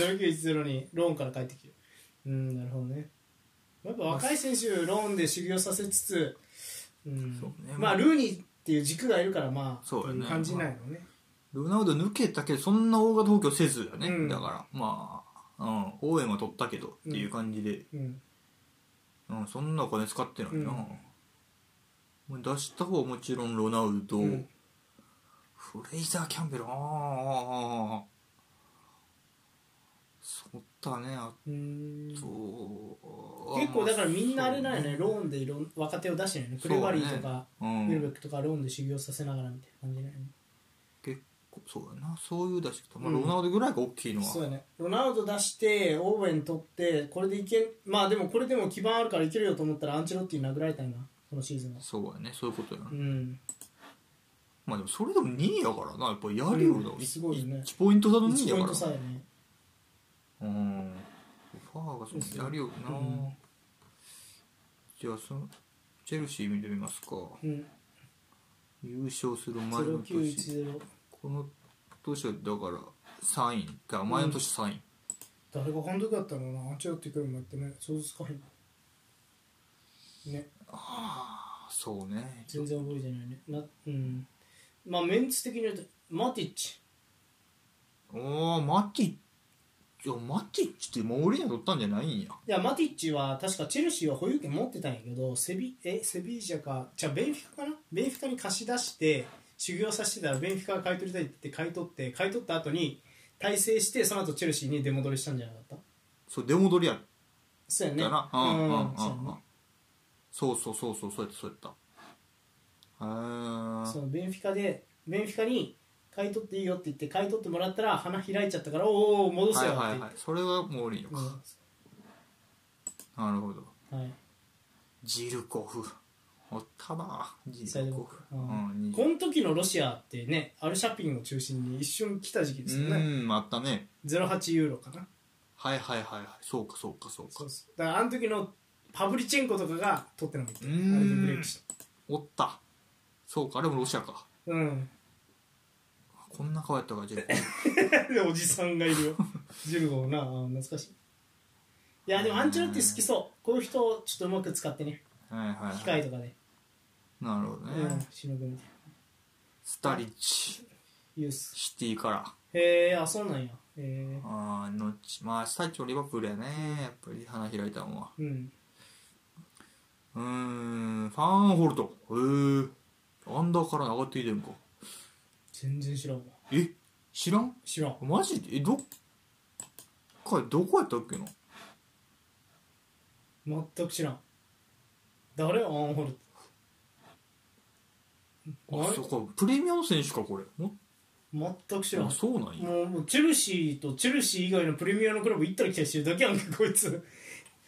Speaker 1: 0910にローンから帰ってきてるうんなるほどねやっぱ若い選手ローンで修行させつつ、うん
Speaker 2: そうね
Speaker 1: まあルーニーっていう軸がいるからまあ
Speaker 2: そうや
Speaker 1: っ
Speaker 2: ね
Speaker 1: てい感じないのね、
Speaker 2: ロナウド抜けたけどそんな大型補強せずだね、
Speaker 1: うん
Speaker 2: だからまあ、うん、応援は取ったけどっていう感じで、
Speaker 1: うん
Speaker 2: うんそんなお金使ってないな、
Speaker 1: うん
Speaker 2: もう出した方はもちろんロナウド、
Speaker 1: うん
Speaker 2: フレイザー・キャンベルあーあーあーそったねあ
Speaker 1: うん
Speaker 2: そう
Speaker 1: 結構だからみんなあれなん
Speaker 2: い
Speaker 1: よねローンでいろん若手を出してるよねクレバリーとか
Speaker 2: う
Speaker 1: ウィルベ
Speaker 2: ん、
Speaker 1: ックとかローンで修行させながらみたいな感じだよね
Speaker 2: 結構そうやなそういう出し方、まあ、
Speaker 1: うん
Speaker 2: ロナウドぐらいが大きいのは、
Speaker 1: そうやねロナウド出してオーウェン取ってこれでいけまあでもこれでも基盤あるからいけるよと思ったらアンチェロッティに殴られたよなこのシーズンは
Speaker 2: そうやねそういうことやな、
Speaker 1: うん
Speaker 2: まあでもそれでも2位やからなやっぱりやるよな、
Speaker 1: うんすごいよね
Speaker 2: 1ポイント差の2位
Speaker 1: 1ポ
Speaker 2: や
Speaker 1: イ
Speaker 2: か
Speaker 1: ント差
Speaker 2: ら
Speaker 1: やね
Speaker 2: うんファーがそのやるよな、
Speaker 1: うん
Speaker 2: じゃあそのチェルシー見てみますか
Speaker 1: うん
Speaker 2: 優勝する前の年
Speaker 1: 0910
Speaker 2: この年はだから3位だから前の年3位、
Speaker 1: 誰が監督だったのかなアンチェロッティ来るもやってね想像つかへんね
Speaker 2: あそうね
Speaker 1: 全然覚えてないねなうんまあメンツ的に言うとマティッチ
Speaker 2: おおマティッチあマティッチってモーリーニョ取ったんじゃないんや
Speaker 1: いやマティッチは確かチェルシーは保有権持ってたんやけどセビえセビージャかじゃあベンフィカかなベンフィカに貸し出して修行させてたらベンフィカが買い取りたいって買い取って買い取った後に大成してその後チェルシーに出戻りしたんじゃなかった
Speaker 2: そう出戻りやっ
Speaker 1: そうやね
Speaker 2: たな、うんうんうんうん
Speaker 1: そうやね
Speaker 2: そうそうそうそうそうやったそうやったへー
Speaker 1: そのベンフィカでベンフィカに買い取っていいよって言って買い取ってもらったら花開いちゃったからおお戻せ
Speaker 2: はい
Speaker 1: よって
Speaker 2: はい
Speaker 1: 言
Speaker 2: は
Speaker 1: っ
Speaker 2: いそれはモーリーニョ
Speaker 1: て、
Speaker 2: か、なるほど
Speaker 1: うんはい
Speaker 2: ジルコフおったなジ
Speaker 1: サイ
Speaker 2: ル
Speaker 1: ド
Speaker 2: コ
Speaker 1: バック
Speaker 2: フ、
Speaker 1: う
Speaker 2: うんん
Speaker 1: この時のロシアってねアルシャピンを中心に一瞬来た時期ですよね
Speaker 2: うんあったね
Speaker 1: 08ユーロかな
Speaker 2: はいはいはいはいそうかそうかそう
Speaker 1: そ
Speaker 2: か
Speaker 1: うそうだからあの時のパブリチェンコとかが取ってなかったあ
Speaker 2: う
Speaker 1: れ
Speaker 2: ー
Speaker 1: で
Speaker 2: ん
Speaker 1: ブレイクした
Speaker 2: おったそうかあれもロシアか
Speaker 1: うん
Speaker 2: こんな顔やったかジルコフ
Speaker 1: でおじさんがい るよジルゴーなあー懐かしいいやでもアンチェロッティ好きそうこういう人をちょっとうまく使ってね
Speaker 2: はいはい、
Speaker 1: 機
Speaker 2: は
Speaker 1: 械
Speaker 2: い、
Speaker 1: とかで、
Speaker 2: なるほどね、
Speaker 1: うん、しのぐみたい
Speaker 2: スタリッチ
Speaker 1: なユース
Speaker 2: シティから
Speaker 1: へえあそうなんやへえ
Speaker 2: あーのちまあスタリッチもリバプールやねやっぱり花開いたのは
Speaker 1: うん
Speaker 2: うーんファンホルトへえアンダーから上がってきてんか
Speaker 1: 全然知らんわ
Speaker 2: え知らん
Speaker 1: 知らん
Speaker 2: マジでえどっかどこやったっけな
Speaker 1: 全く知らん誰アンホル
Speaker 2: あ
Speaker 1: ト
Speaker 2: そっかプレミアの選手かこれも
Speaker 1: な全く知らん
Speaker 2: あそうなんや
Speaker 1: もうもうチェルシーとチェルシー以外のプレミアのクラブ行ったり来たりしてるだけやんけ こいつ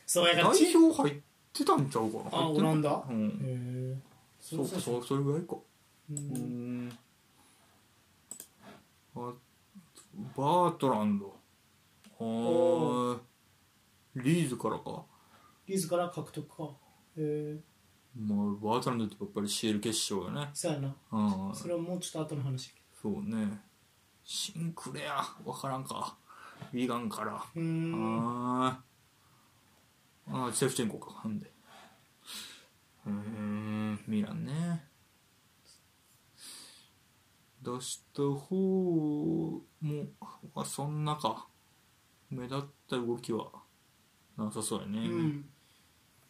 Speaker 1: そうや
Speaker 2: 代
Speaker 1: からチ
Speaker 2: 表入ってたんちゃうかな
Speaker 1: あ
Speaker 2: 入っ
Speaker 1: オ
Speaker 2: て
Speaker 1: ランダ
Speaker 2: う
Speaker 1: へ
Speaker 2: ん
Speaker 1: え
Speaker 2: そうかそうそれぐらいか
Speaker 1: う
Speaker 2: うー
Speaker 1: ん
Speaker 2: んあバートランドはリーズからか
Speaker 1: リーズから獲得かへえ
Speaker 2: まあ、バートランドってやっぱり CL 決勝だね。
Speaker 1: そうやな
Speaker 2: うん、
Speaker 1: それはもうちょっと後の話やけ
Speaker 2: そうね。シンクレア、わからんか。ヴィーガンから。
Speaker 1: どうーん
Speaker 2: あーあー、シェフチェンコか、なんで。うーん、ミランね。出した方も、あ、そんなか。目立った動きはなさそうやね。
Speaker 1: うん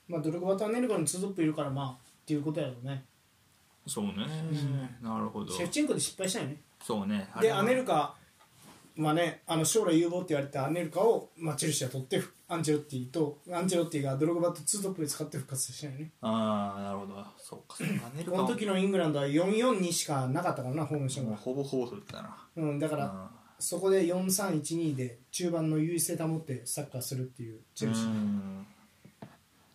Speaker 1: まあドルクバターネルカのツートップいるからまあっていうことやろうね
Speaker 2: そうね、なるほど。
Speaker 1: シェフチェンコで失敗したよね
Speaker 2: そうね。あれ
Speaker 1: で
Speaker 2: は
Speaker 1: アネルカはねあの将来有望って言われたアネルカを、まあ、チェルシーは取ってアンチェロッティとアンチェロッティがドログバとツートップで使って復活したよね
Speaker 2: ああなるほどそうかそうかアネル
Speaker 1: こ
Speaker 2: カ
Speaker 1: の
Speaker 2: は
Speaker 1: 時のイングランドは442しかなかったからなホームション
Speaker 2: もう
Speaker 1: が、
Speaker 2: ほぼほぼそうだったな
Speaker 1: うん、だから
Speaker 2: う
Speaker 1: そこで4312で中盤の優位性保ってサッカーするっていうチェルシー、
Speaker 2: ん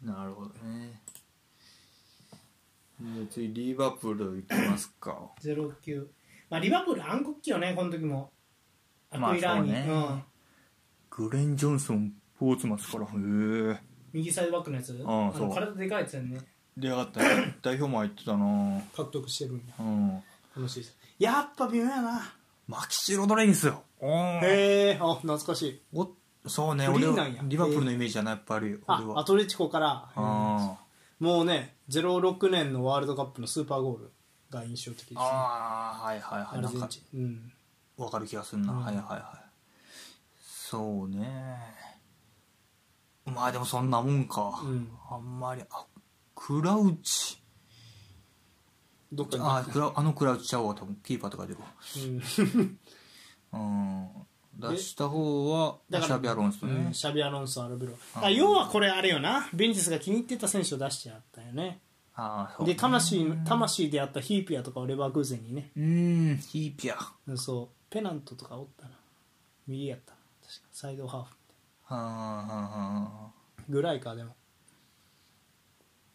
Speaker 2: なるほどねじゃあ次リバプールいきますか
Speaker 1: 09、まあ、リバプール暗黒期よねこの時もア
Speaker 2: まあ
Speaker 1: クイラーニ、
Speaker 2: そうね
Speaker 1: うん、
Speaker 2: グレン・ジョンソンポーツマスからへえ
Speaker 1: 右サイドバックのやつあ
Speaker 2: ああそう
Speaker 1: の体でかいやつやんね
Speaker 2: 出やがったね代表も入ってたな
Speaker 1: 獲得してるんだ
Speaker 2: うん
Speaker 1: このシーズンやっぱ微妙やな
Speaker 2: マキシ・ロドレギスよお
Speaker 1: へえあ懐かしい
Speaker 2: おそうね
Speaker 1: フリ
Speaker 2: 俺
Speaker 1: ー
Speaker 2: は
Speaker 1: なんや
Speaker 2: リバプールのイメージじゃないやっぱり俺
Speaker 1: あア
Speaker 2: は
Speaker 1: トレティコから
Speaker 2: あ
Speaker 1: もうね06年のワールドカップのスーパーゴールが印象的です、
Speaker 2: ー
Speaker 1: ね、
Speaker 2: あーはいはいは
Speaker 1: ア
Speaker 2: い
Speaker 1: ル
Speaker 2: なん
Speaker 1: ゼン
Speaker 2: か
Speaker 1: チン、うん、
Speaker 2: わかる気がするな、
Speaker 1: うん
Speaker 2: はいはいはいそうねまあでもそんなもんか、
Speaker 1: うん
Speaker 2: あんまりあクラウチ
Speaker 1: どっかに
Speaker 2: あクラあのクラウチちゃうわ多分キーパーとか出るわ
Speaker 1: うん
Speaker 2: うん出した方はシ
Speaker 1: だから
Speaker 2: ャビアロンスね、
Speaker 1: うんシャビア・ロンソンアルベロ
Speaker 2: あ
Speaker 1: あ要はこれあれよなベンティスが気に入ってた選手を出してやったよね
Speaker 2: ああそう
Speaker 1: で魂魂であったヒーピアとかをレバーグーゼンにね、
Speaker 2: うんヒーピア
Speaker 1: うん、そうペナントとかおったな右やったな確かサイドハーフ
Speaker 2: あーあ
Speaker 1: ぐらいかでも、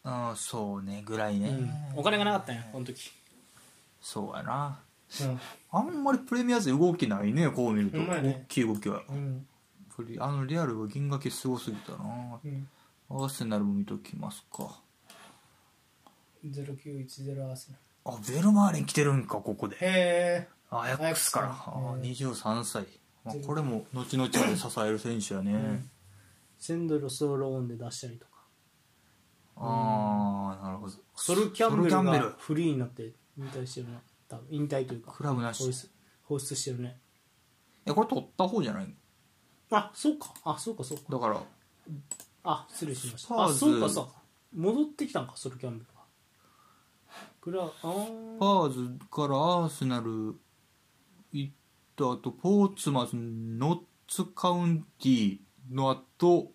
Speaker 2: ーあーそうねぐらいうね、
Speaker 1: ん、お金がなかったんやこの時、
Speaker 2: そうやな
Speaker 1: うん
Speaker 2: あんまりプレミアズ動きないねこう見ると、
Speaker 1: ほんまやね
Speaker 2: 大きい動きは
Speaker 1: うん
Speaker 2: プリあのリアルは銀河系すごすぎたな
Speaker 1: うん、
Speaker 2: アーセナルも見ときますか
Speaker 1: 0910アーセナル
Speaker 2: あベルマーレン来てるんかここで
Speaker 1: へえ
Speaker 2: あアヤックスから
Speaker 1: アヤックスから
Speaker 2: あ23歳、まあ
Speaker 1: 全、然
Speaker 2: これも後々で支える選手やね、
Speaker 1: んセンドロスをローンで出したりとか
Speaker 2: ああなるほど
Speaker 1: ソル・キャンベ
Speaker 2: ソ
Speaker 1: ル
Speaker 2: キ
Speaker 1: がフリーになって引退してるな多分引退というか
Speaker 2: クラブなし
Speaker 1: 放出放出してるね
Speaker 2: えこれ取った方じゃない
Speaker 1: あそうかあそうかそうか
Speaker 2: のだから
Speaker 1: あ失礼しまし
Speaker 2: スパ
Speaker 1: た
Speaker 2: ー
Speaker 1: あ
Speaker 2: ズ
Speaker 1: そうかそうか戻ってきたんかソル・キャンベルがクラあー
Speaker 2: パーズからアーセナル行った後ポーツマスノッツカウンティの後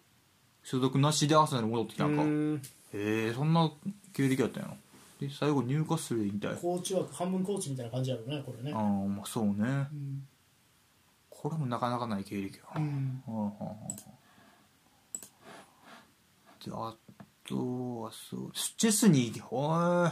Speaker 2: 所属なしでアーセナル戻ってきた
Speaker 1: うん
Speaker 2: か
Speaker 1: ーん
Speaker 2: へえそんな経歴やったんやなで最後入荷するで引退
Speaker 3: コーチ枠半分コーチみたいな感じやろうねこれね
Speaker 2: ああまあそうね
Speaker 1: うん
Speaker 2: これもなかなかない経歴や
Speaker 1: う
Speaker 2: な、
Speaker 1: ん
Speaker 2: うんうんうんうんであとはそうスチェスニーほえ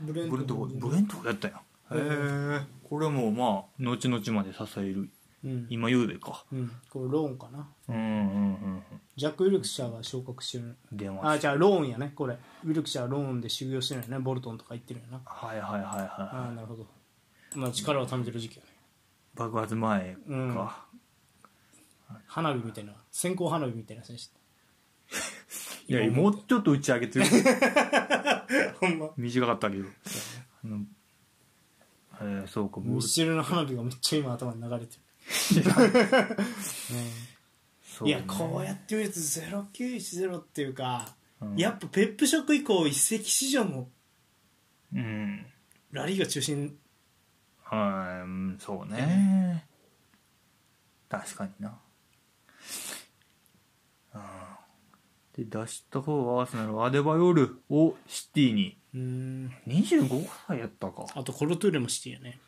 Speaker 3: ブレン
Speaker 2: ブレントフォードブレントフォードやったんやへえこれもまあ後々まで支える
Speaker 1: うん
Speaker 2: 今ゆうべか
Speaker 1: うんこれローンかな
Speaker 2: うんうんうん
Speaker 1: ジャック・ウィルクシャーが昇格してる
Speaker 2: うん出ま
Speaker 1: あ
Speaker 2: した
Speaker 1: じゃあローンやねこれウィルクシャーはローンで修行してるよねボルトンとか行ってるよな
Speaker 2: はいはいはいは
Speaker 1: ああなるほどまあ力を貯めてる時期やね
Speaker 2: い爆発前
Speaker 1: うん
Speaker 2: か、
Speaker 1: 花火みたいな線香花火みたいな選手
Speaker 2: いや
Speaker 1: 今
Speaker 2: も
Speaker 1: 思っ
Speaker 2: うちょっと打ち上げ てる
Speaker 1: ほんま
Speaker 2: 短かったけどあのえー、そうかボ
Speaker 1: ミ
Speaker 2: ル
Speaker 1: シェルの花火がめっちゃ今頭に流れてる、ね
Speaker 2: そう
Speaker 1: い
Speaker 2: ね
Speaker 1: やこうやって見ると0910っていうか、
Speaker 2: うん
Speaker 1: やっぱペップショック以降一石市場も
Speaker 2: うん
Speaker 1: ラリーが中心
Speaker 2: はいうんそうね確かになうんで出した方はアーセナルはアデバヨルをシティに
Speaker 1: うん
Speaker 2: 25歳やったか
Speaker 1: あとコロトゥーレもシティやね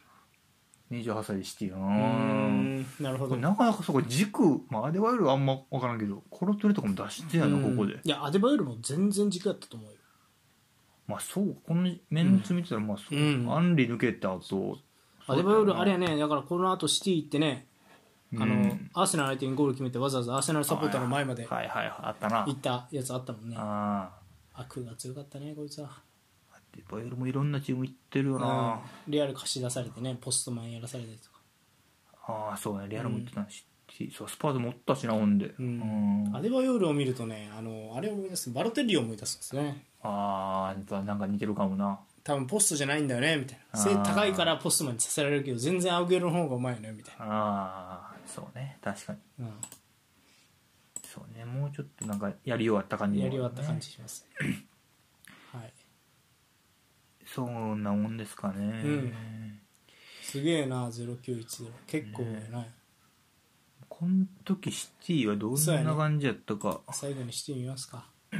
Speaker 2: 28歳でシティや
Speaker 1: う
Speaker 2: なん
Speaker 1: なるほ
Speaker 2: こ
Speaker 1: ど
Speaker 2: れなかなかそこ軸、まあ、アデバヨルはあんま分からんけどコロトレとかも出してやな
Speaker 1: うん
Speaker 2: ここで
Speaker 1: いやアデバイルも全然軸やったと思うよ
Speaker 2: まあそうこのメンツ見てたらまあそう、
Speaker 1: うん
Speaker 2: アンリ抜けた後
Speaker 1: アデバイオルあれやねだからこの後シティ行ってね、あの
Speaker 2: うん
Speaker 1: アーセナル相手にゴール決めてわざわざアーセナルサポーターの前まで
Speaker 2: はいはいはいあったな
Speaker 1: 行ったやつあったもんね
Speaker 2: ああ
Speaker 1: 悪が強かったねこいつは
Speaker 2: アデバヨルもいろんなチーム行ってるよな、
Speaker 1: うんレアル貸し出されてねポストマンやらされたりとか、
Speaker 2: ああそうねレアルも行ってたし、そうスパーズ持ったしなほんで、
Speaker 1: うん
Speaker 2: うん
Speaker 1: アデバイオルを見るとねあのあれを思い出すバロテッリを思い出すんですね
Speaker 2: ああなんか似てるかもな
Speaker 1: 多分ポストじゃないんだよねみたい
Speaker 2: あ
Speaker 1: な
Speaker 2: ー
Speaker 1: 背高いからポストマンにさせられるけど全然アウゲロの方がうまいよねみたい
Speaker 2: ああそうね確かに
Speaker 1: な、
Speaker 2: そうねもうちょっとなんかやりようあった感
Speaker 1: うん、
Speaker 2: じの
Speaker 1: やり終わった感じしますねはい
Speaker 2: そんなもんですかね、
Speaker 1: んすげえな0910結構ね、
Speaker 2: この時シティはど
Speaker 1: そうや
Speaker 2: んな
Speaker 1: ね
Speaker 2: 感じやったか、
Speaker 1: 最後にしてみますか
Speaker 2: あ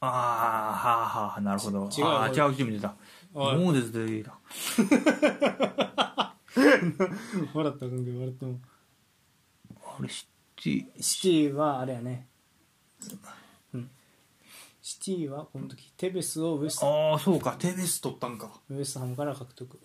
Speaker 2: あはあはあなるほど
Speaker 1: ち違う
Speaker 2: ああ
Speaker 1: これ
Speaker 2: 違うチーム出た
Speaker 1: おい
Speaker 2: モーデスでいいな
Speaker 1: 笑ったんけど笑っても
Speaker 2: あれシティ
Speaker 1: シティはあれやね、うん、シティはこの時テベスをウエスト
Speaker 2: ああそうかテベス取ったんか
Speaker 1: ウエストハムから獲得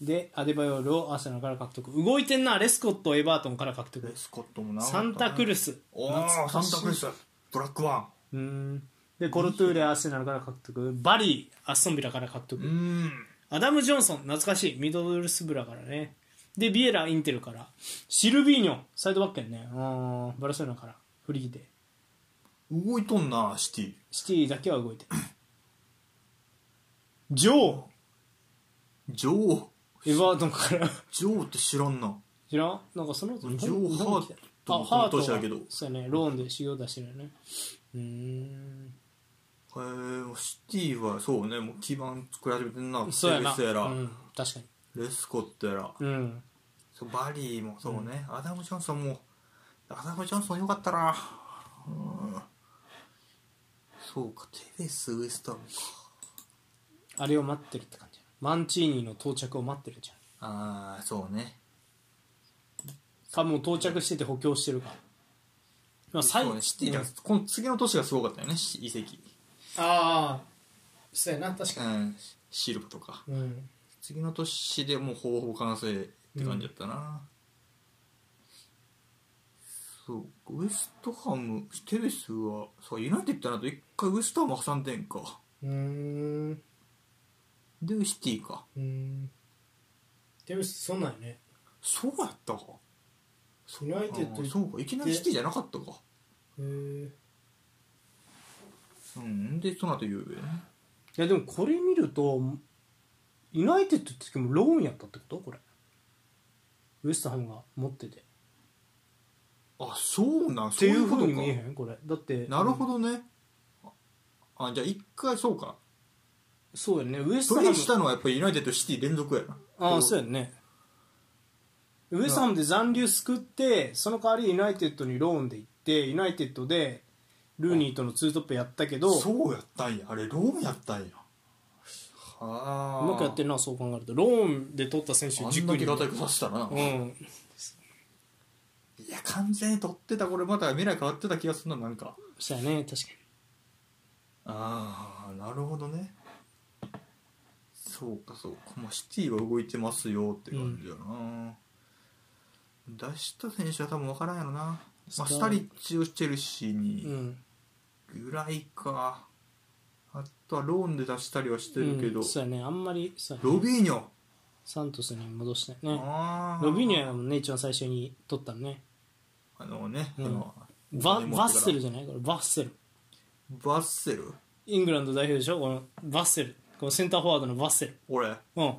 Speaker 1: でアデバヨールをアーセナルから獲得動いてんなレスコットエバートンから獲
Speaker 2: レ
Speaker 1: 得
Speaker 2: スコットもな
Speaker 1: サンタクル
Speaker 2: ス
Speaker 1: ス
Speaker 2: おー
Speaker 1: 懐
Speaker 2: サ
Speaker 1: か
Speaker 2: ン
Speaker 1: しい
Speaker 2: タクルスブラックワ
Speaker 1: うーんでコルトゥーレアーセナルから獲得バリーアッソンビラから獲得
Speaker 2: ンうん
Speaker 1: アダム・ジョンソン懐かしいミドルスブラからねでビエラインテルからシルビーニョサイドバックやんねうんバルセロナからフリーで
Speaker 2: 動いとんなシティ
Speaker 1: シティだけは動いてるジョ
Speaker 2: ジョー
Speaker 1: ーエバートンから
Speaker 2: ジョーって知らんな
Speaker 1: 知らんなんかその後
Speaker 2: ジョー
Speaker 1: 日本に来た
Speaker 2: ハート
Speaker 1: あ
Speaker 2: も
Speaker 1: ハート
Speaker 2: この年だけど
Speaker 1: そうやねローンで修行出してるよねうーん
Speaker 2: へえシティはそうねもう基盤作り始めてんな
Speaker 1: そうや
Speaker 2: テベ
Speaker 1: な
Speaker 2: スやら、
Speaker 1: うん、確かに
Speaker 2: レスコットやら
Speaker 1: うん
Speaker 2: そうバリーもそうね、アダム・ジョンソンもアダム・ジョンソンよかったなうんそうかテベスウエスタンか
Speaker 1: あれを待ってるって感じマンチーニの到着を待ってるんじゃん
Speaker 2: ああそうね
Speaker 1: かもう到着してて補強してるかまあ最
Speaker 2: そうねシティが、
Speaker 1: うん
Speaker 2: この次の年がすごかったよねし移籍
Speaker 1: ああそうやな確か
Speaker 2: うんシルバとか
Speaker 1: にうん
Speaker 2: 次の年でもうほぼほぼ完成って感じだったな、そうかウエストハムテベスはそうユナイテッドの後一回ウエストハム挟んでんか
Speaker 3: うーん
Speaker 2: でシティか
Speaker 3: うーんでもそんなんやね
Speaker 2: そうやったか
Speaker 3: ユナイテッ
Speaker 2: あ
Speaker 3: ド
Speaker 2: あ
Speaker 3: へ
Speaker 2: そうかいきなりシティじゃなかったか
Speaker 3: え
Speaker 2: うんでその後ゆうべね
Speaker 1: いやでもこれ見るとユナイテッドって時もローンやったってことこれウエストハムが持っててっ
Speaker 2: あそうなんそ
Speaker 1: て
Speaker 2: う
Speaker 1: い
Speaker 2: いううこ
Speaker 1: ふ
Speaker 2: と
Speaker 1: う
Speaker 2: か
Speaker 1: に見えへんこれだって
Speaker 2: なるほどねあじゃあ一回そうか
Speaker 1: そうやねウエスト
Speaker 2: ト
Speaker 1: ハ
Speaker 2: レ
Speaker 1: ム
Speaker 2: ーしたのはやっぱりユナイテッドシティ連続やな
Speaker 1: ああそう
Speaker 2: や
Speaker 1: やねウエストハムで残留救ってその代わりユナイテッドにローンで行ってユナイテッドでルーニーとのツートップやったけどう
Speaker 2: そうやったんやあれローンやったんやはあ
Speaker 1: まくやってるなそう考えるとローンで取った選手
Speaker 2: あん
Speaker 1: 軸
Speaker 2: だ
Speaker 1: に
Speaker 2: け型くさせたらな、
Speaker 1: う
Speaker 2: い
Speaker 1: ん
Speaker 2: や完全に取ってたこれまた未来変わってた気がするななんか
Speaker 1: そうやね確か
Speaker 2: ああなるほどねそうかそうか、まあ、シティは動いてますよって感じやな、出した選手は多分分からんやろな、まあ、スタリッチをチェルシー
Speaker 1: にう
Speaker 2: に
Speaker 1: ん
Speaker 2: ぐらいか、あとはローンで出したりはしてるけど、
Speaker 1: うんそうやねあんまりそうやね
Speaker 2: ロビーニョ、
Speaker 1: サントスに戻したよね
Speaker 2: あー
Speaker 1: ロビニアもね一番最初に取ったのね
Speaker 2: あのね、
Speaker 1: うん
Speaker 2: あの
Speaker 1: バ
Speaker 2: 持ってか
Speaker 1: バ
Speaker 2: ら
Speaker 1: ッセルじゃないこれバッセル
Speaker 2: バッセル
Speaker 1: イングランド代表でしょこのバッセルこのセンターフォワードのバッセル
Speaker 2: 俺
Speaker 1: うん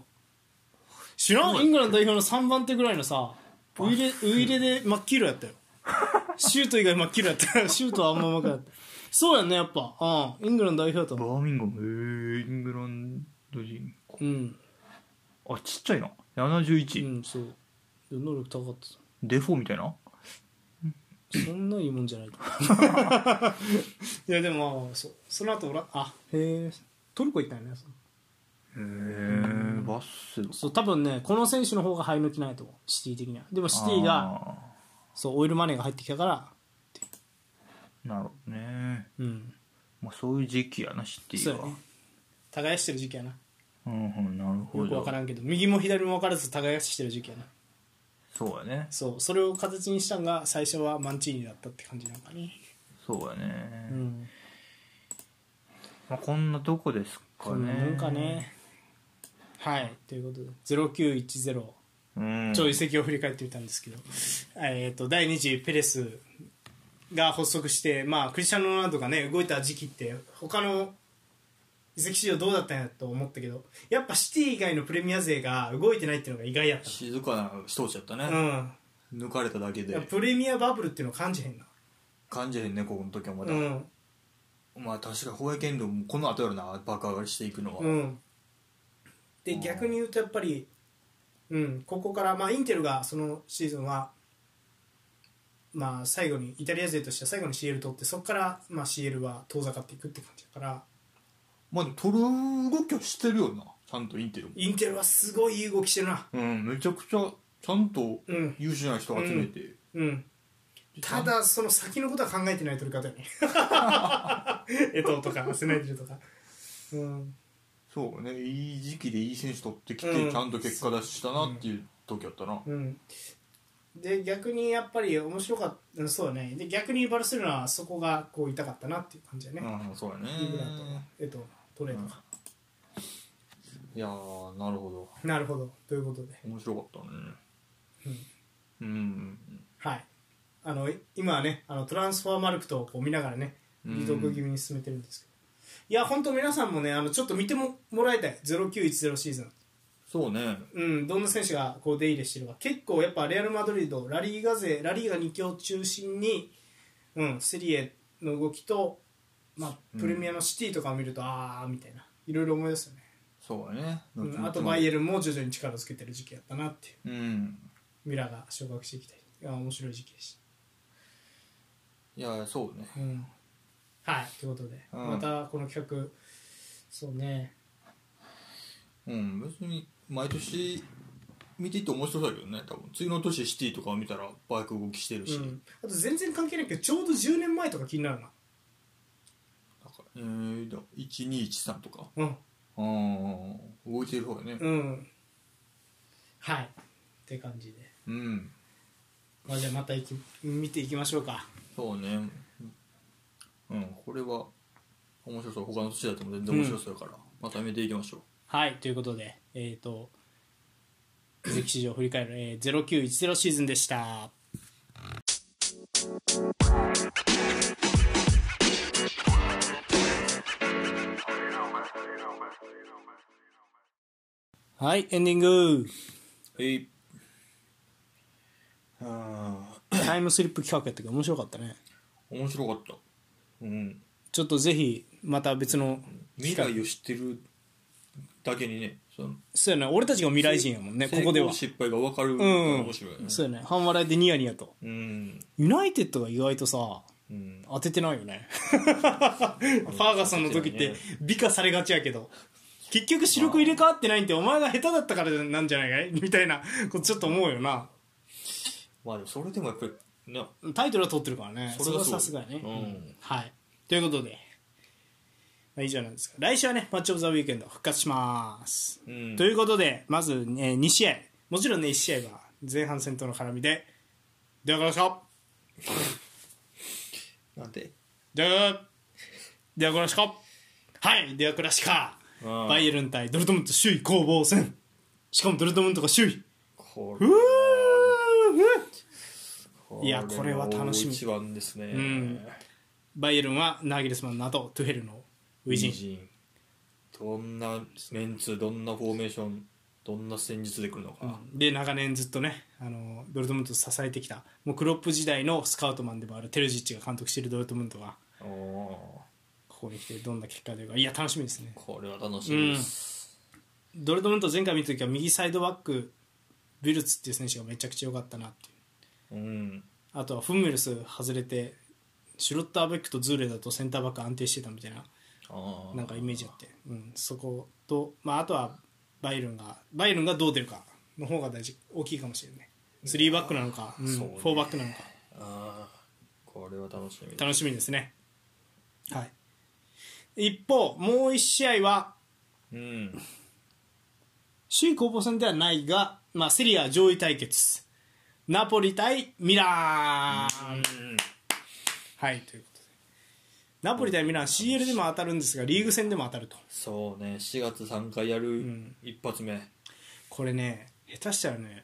Speaker 1: 知らんイングランド代表の3番手ぐらいのさウイレウイレで真っ黄色や ったよシュート以外真っ黄色やったよシュートはあんまうまくなかったそうやねやっぱうんイングランド代表だと
Speaker 2: バ
Speaker 1: 思う
Speaker 2: ーミンガムへえイングランド人か
Speaker 1: うん
Speaker 2: あちっちゃいな71、
Speaker 1: うんそう能力高かった
Speaker 2: デフォーみたいな
Speaker 1: そんないいもんじゃない いやでもまあそうその後オラあへえトルコ行ったよねその
Speaker 2: へえバッセル
Speaker 1: そう多分ねこの選手の方が生え抜きないと思うシティ的にはでもシティがそうオイルマネーが入ってきたから
Speaker 2: あーなるほどね、
Speaker 1: うん
Speaker 2: まあ、そういう時期やなシティ
Speaker 1: そうや
Speaker 2: は
Speaker 1: ね耕してる時期やな
Speaker 2: うんうんなるほ
Speaker 1: よく分
Speaker 2: ど
Speaker 1: からんけど右も左も分からず耕してる時期やな
Speaker 2: そうやね
Speaker 1: そうそれを形にしたんが最初はマンチーニだったって感じなんかね
Speaker 2: そうやね、
Speaker 1: うん
Speaker 2: まあ、こんなとこですかね
Speaker 1: こんなもんかねはいということで0910
Speaker 2: うん
Speaker 1: ちょっと移籍を振り返ってみたんですけど、えー、と第2次ペレスが発足して、まあ、クリスチャン・ロナウドが、ね、動いた時期って他の移籍市場どうだったんやと思ったけどやっぱシティ以外のプレミア勢が動いてないっていうのが意外やった
Speaker 2: 静かな人ちゃった
Speaker 1: な、
Speaker 2: ね、抜かれただけ
Speaker 1: うん、
Speaker 2: で
Speaker 1: プレミアバブルっていうのを感じへんな、
Speaker 2: 感じへんねこの時はまだ、
Speaker 1: うん
Speaker 2: まあ確か放映権料もこの後やろな爆上がりしていくのは、
Speaker 1: うん、
Speaker 2: う
Speaker 1: で
Speaker 2: ん
Speaker 1: 逆に言うとやっぱり、うん、ここから、まあ、インテルがそのシーズンは、まあ、最後にイタリア勢としては最後に CL 取ってそこから、まあ、CL は遠ざかっていくって感じだから
Speaker 2: まあでも取る動きはしてるよなちゃんとインテルも
Speaker 1: インテルはすごいいい動きしてるな、
Speaker 2: うんめちゃくちゃちゃんと
Speaker 1: うん
Speaker 2: 優秀な人集めて、
Speaker 1: うん、ただその先のことは考えてない取り方やね江藤とかセナイデルとか、うん、
Speaker 2: そうねいい時期でいい選手取ってきて、
Speaker 1: うん
Speaker 2: ちゃんと結果出ししたなっていう時やったな、
Speaker 1: うん、で逆にやっぱり面白かったうんそうだねで逆にバルセロナはそこがこう痛かったなっていう感じだね、
Speaker 2: うん、そうやね
Speaker 1: イングランドのえっとトレードが、
Speaker 2: いやーなるほど
Speaker 1: なるほどということで
Speaker 2: 面白かったねうん、
Speaker 1: はいあのい今はねあのトランスフォーマルクトをこう見ながらね
Speaker 2: うん
Speaker 1: リトク気味に進めてるんですけど、いや本当皆さんもねあのちょっと見てももらいたい0910シーズン
Speaker 2: そうね
Speaker 1: うん、どんな選手がこう出入れしてるか結構やっぱレアル・マドリードラリーガ勢ラリーガ2強中心に、うん、セリエの動きと、まあ、プレミアのシティとかを見ると、ああみたいないろいろ思い出すよね、
Speaker 2: そうやね、
Speaker 1: うん、あとバイエルンも徐々に力をつけてる時期やったなっていう
Speaker 2: うん
Speaker 1: ミラーが昇格してきたりいや面白い時期でし
Speaker 2: いやそうね
Speaker 1: た、うん、はいということで、
Speaker 2: うん
Speaker 1: またこの企画そうね
Speaker 2: うん別に毎年見ていって面白そうだけどね多分次の年シティとかを見たらバイク動きしてる
Speaker 1: う
Speaker 2: し、
Speaker 1: ん、あと全然関係ないけどちょうど10年前とか気になるな
Speaker 2: なんかえー、だ1213とか
Speaker 1: うん
Speaker 2: うん動いてる方やね
Speaker 1: うんはいって感じで
Speaker 2: うん
Speaker 1: まあ、じゃあまたいき見ていきましょうか
Speaker 2: そうねうんこれは面白そう他の年だっても全然面白そうやから、また見ていきましょう
Speaker 1: はいということでえっ、と歴史上振り返る、えー、0910シーズンでしたはいエンディング
Speaker 2: はいあ
Speaker 1: タイムスリップ企画やったけど面白かったね
Speaker 2: ー面白かったうん
Speaker 1: ちょっとぜひまた別の
Speaker 2: 未来を知ってるだけにねその
Speaker 1: そうやね俺たちが未来人やもんねここでは
Speaker 2: 成功失敗が分かる
Speaker 1: う
Speaker 2: のが
Speaker 1: ん
Speaker 2: 面白いよね
Speaker 1: そうやね半笑いでニヤニヤと
Speaker 2: うん
Speaker 1: ユナイテッドが意外とさ
Speaker 2: うん
Speaker 1: 当ててないよ ねファーガソンの時って美化されがちやけど結局主力入れ替わってないんてお前が下手だったからなんじゃないかい みたいなことちょっと思うよな
Speaker 2: まあでもそれでもやっぱりな
Speaker 1: タイトルは取ってるからねそ
Speaker 2: そ
Speaker 1: れ
Speaker 2: れ
Speaker 1: は
Speaker 2: はそう
Speaker 1: さすがやね、
Speaker 2: うん
Speaker 1: はいということでまあいいじゃないですか来週はねマッチ・オブ・ザ・ウィークエンド復活します、
Speaker 2: うん
Speaker 1: ということでまず、え2試合もちろんね1試合は前半戦との絡みでではからしか
Speaker 2: なんて
Speaker 1: ではではクラシカはいではクラシカ
Speaker 2: うん
Speaker 1: バイエルン対ドルトムント首位攻防戦しかもドルトムントが首位
Speaker 2: こ
Speaker 1: う
Speaker 2: れ
Speaker 1: いやこれは楽しみ
Speaker 2: 大一番ですね
Speaker 1: んバイエルンはナーギルスマンの後トゥヘルのウィジン
Speaker 2: ンどんなメンツどんなフォーメーションどんな戦術で来るのか、
Speaker 1: で長年ずっとねあのドルトムントを支えてきたもうクロップ時代のスカウトマンでもあるテルジッチが監督しているドルトムントが
Speaker 2: お
Speaker 1: ここに来てどんな結果が出るかいや楽しみですね
Speaker 2: ーこれは楽しみです、
Speaker 1: ドルトムント前回見た時は右サイドバックビルツっていう選手がめちゃくちゃ良かったなっていう
Speaker 2: うん
Speaker 1: あとはフンメルス外れてシュロッターベックとズーレだとセンターバック安定してたみたいな
Speaker 2: あー
Speaker 1: なんかイメージあって、うん、そこと、まあ、あとはバイルンがバイルンがどう出るかの方が大事大きいかもしれない3バックなのか、うん
Speaker 2: そうね
Speaker 1: 4バックなのか
Speaker 2: あーこれは楽しみだ
Speaker 1: 楽しみですねはい一方もう1試合は
Speaker 2: うん
Speaker 1: 首位攻防戦ではないが、まあ、セリア上位対決ナポリ対ミラーン、はいということでナポリ対ミラン CL でも当たるんですがリーグ戦でも当たると
Speaker 2: そうね4月3回やる一発目、
Speaker 1: これね下手したらね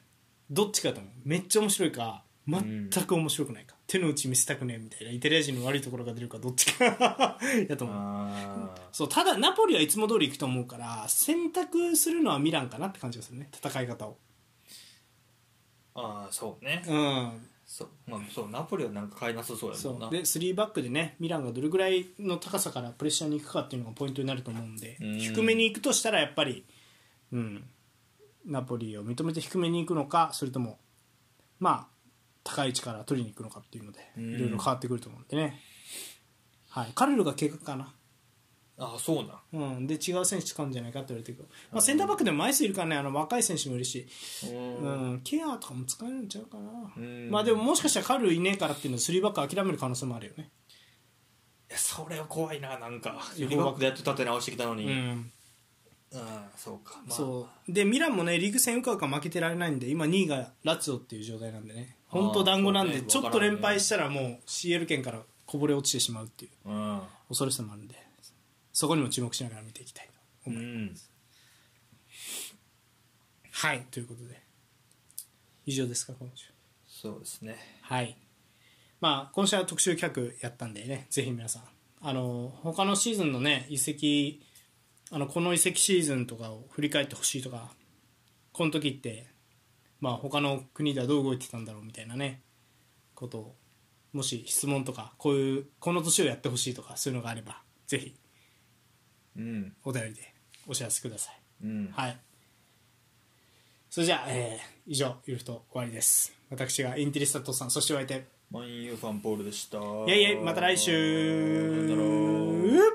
Speaker 1: どっちかと思うめっちゃ面白いか全く面白くないか、手の内見せたくねえみたいなイタリア人の悪いところが出るかどっちか やと思う
Speaker 2: あー
Speaker 1: そうただナポリはいつも通り行くと思うから選択するのはミランかなって感じがするね戦い方を
Speaker 2: あーそうね、
Speaker 1: うん
Speaker 2: そうまあそうナポリはなんか買えなさそうや
Speaker 1: そ
Speaker 2: もんな
Speaker 1: うで3バックでねミランがどれぐらいの高さからプレッシャーに行くかっていうのがポイントになると思うんで
Speaker 2: うん
Speaker 1: 低めに行くとしたらやっぱり、うん、ナポリを認めて低めに行くのかそれともまあ高い位置から取りに行くのかっていうので
Speaker 2: ん
Speaker 1: いろいろ変わってくると思うんでね、はい、カルルが計画かな、
Speaker 2: ああそうなん
Speaker 1: うん、で違う選手使うんじゃないかって言われてるけど、まあ、センターバックでも枚数いるからねあの若い選手もいるし、
Speaker 2: うん
Speaker 1: うん、ケアとかも使えるんちゃうかな、
Speaker 2: うん
Speaker 1: まあ、でももしかしたらカルルいねえからっていうので3バック諦める可能性もあるよね
Speaker 2: いやそれは怖いななんか
Speaker 1: いや
Speaker 2: ユニバックでやっと立て直してきたの
Speaker 1: う
Speaker 2: に、
Speaker 1: ん
Speaker 2: ああそうか、まあ、
Speaker 1: そうでミランもねリーグ戦うかうか負けてられないんで今2位がラツィオっていう状態なんでね本当団子なん
Speaker 2: あー
Speaker 1: で、
Speaker 2: そうね
Speaker 1: ちょっと連敗したらもう CL 圏からこぼれ落ちてしまうっていう
Speaker 2: うん、
Speaker 1: 恐ろしさもあるんでそこにも注目しながら見ていきたいと思います、はいということで以上ですか今週
Speaker 2: そうですね
Speaker 1: はいまあ今週は特集企画やったんでねぜひ皆さんあの他のシーズンのね移籍あのこの移籍シーズンとかを振り返ってほしいとかこの時ってまあ他の国ではどう動いてたんだろうみたいなねことをもし質問とかこういうこの年をやってほしいとかそういうのがあればぜひ
Speaker 2: うん
Speaker 1: お便りでお知らせください
Speaker 2: うん
Speaker 1: はいそれじゃあ、えー以上ゆるふと終わりです私がインテリスタトさんそしてお相手
Speaker 2: 万有ファンポールでした
Speaker 1: いやいやまた来週
Speaker 2: さよなら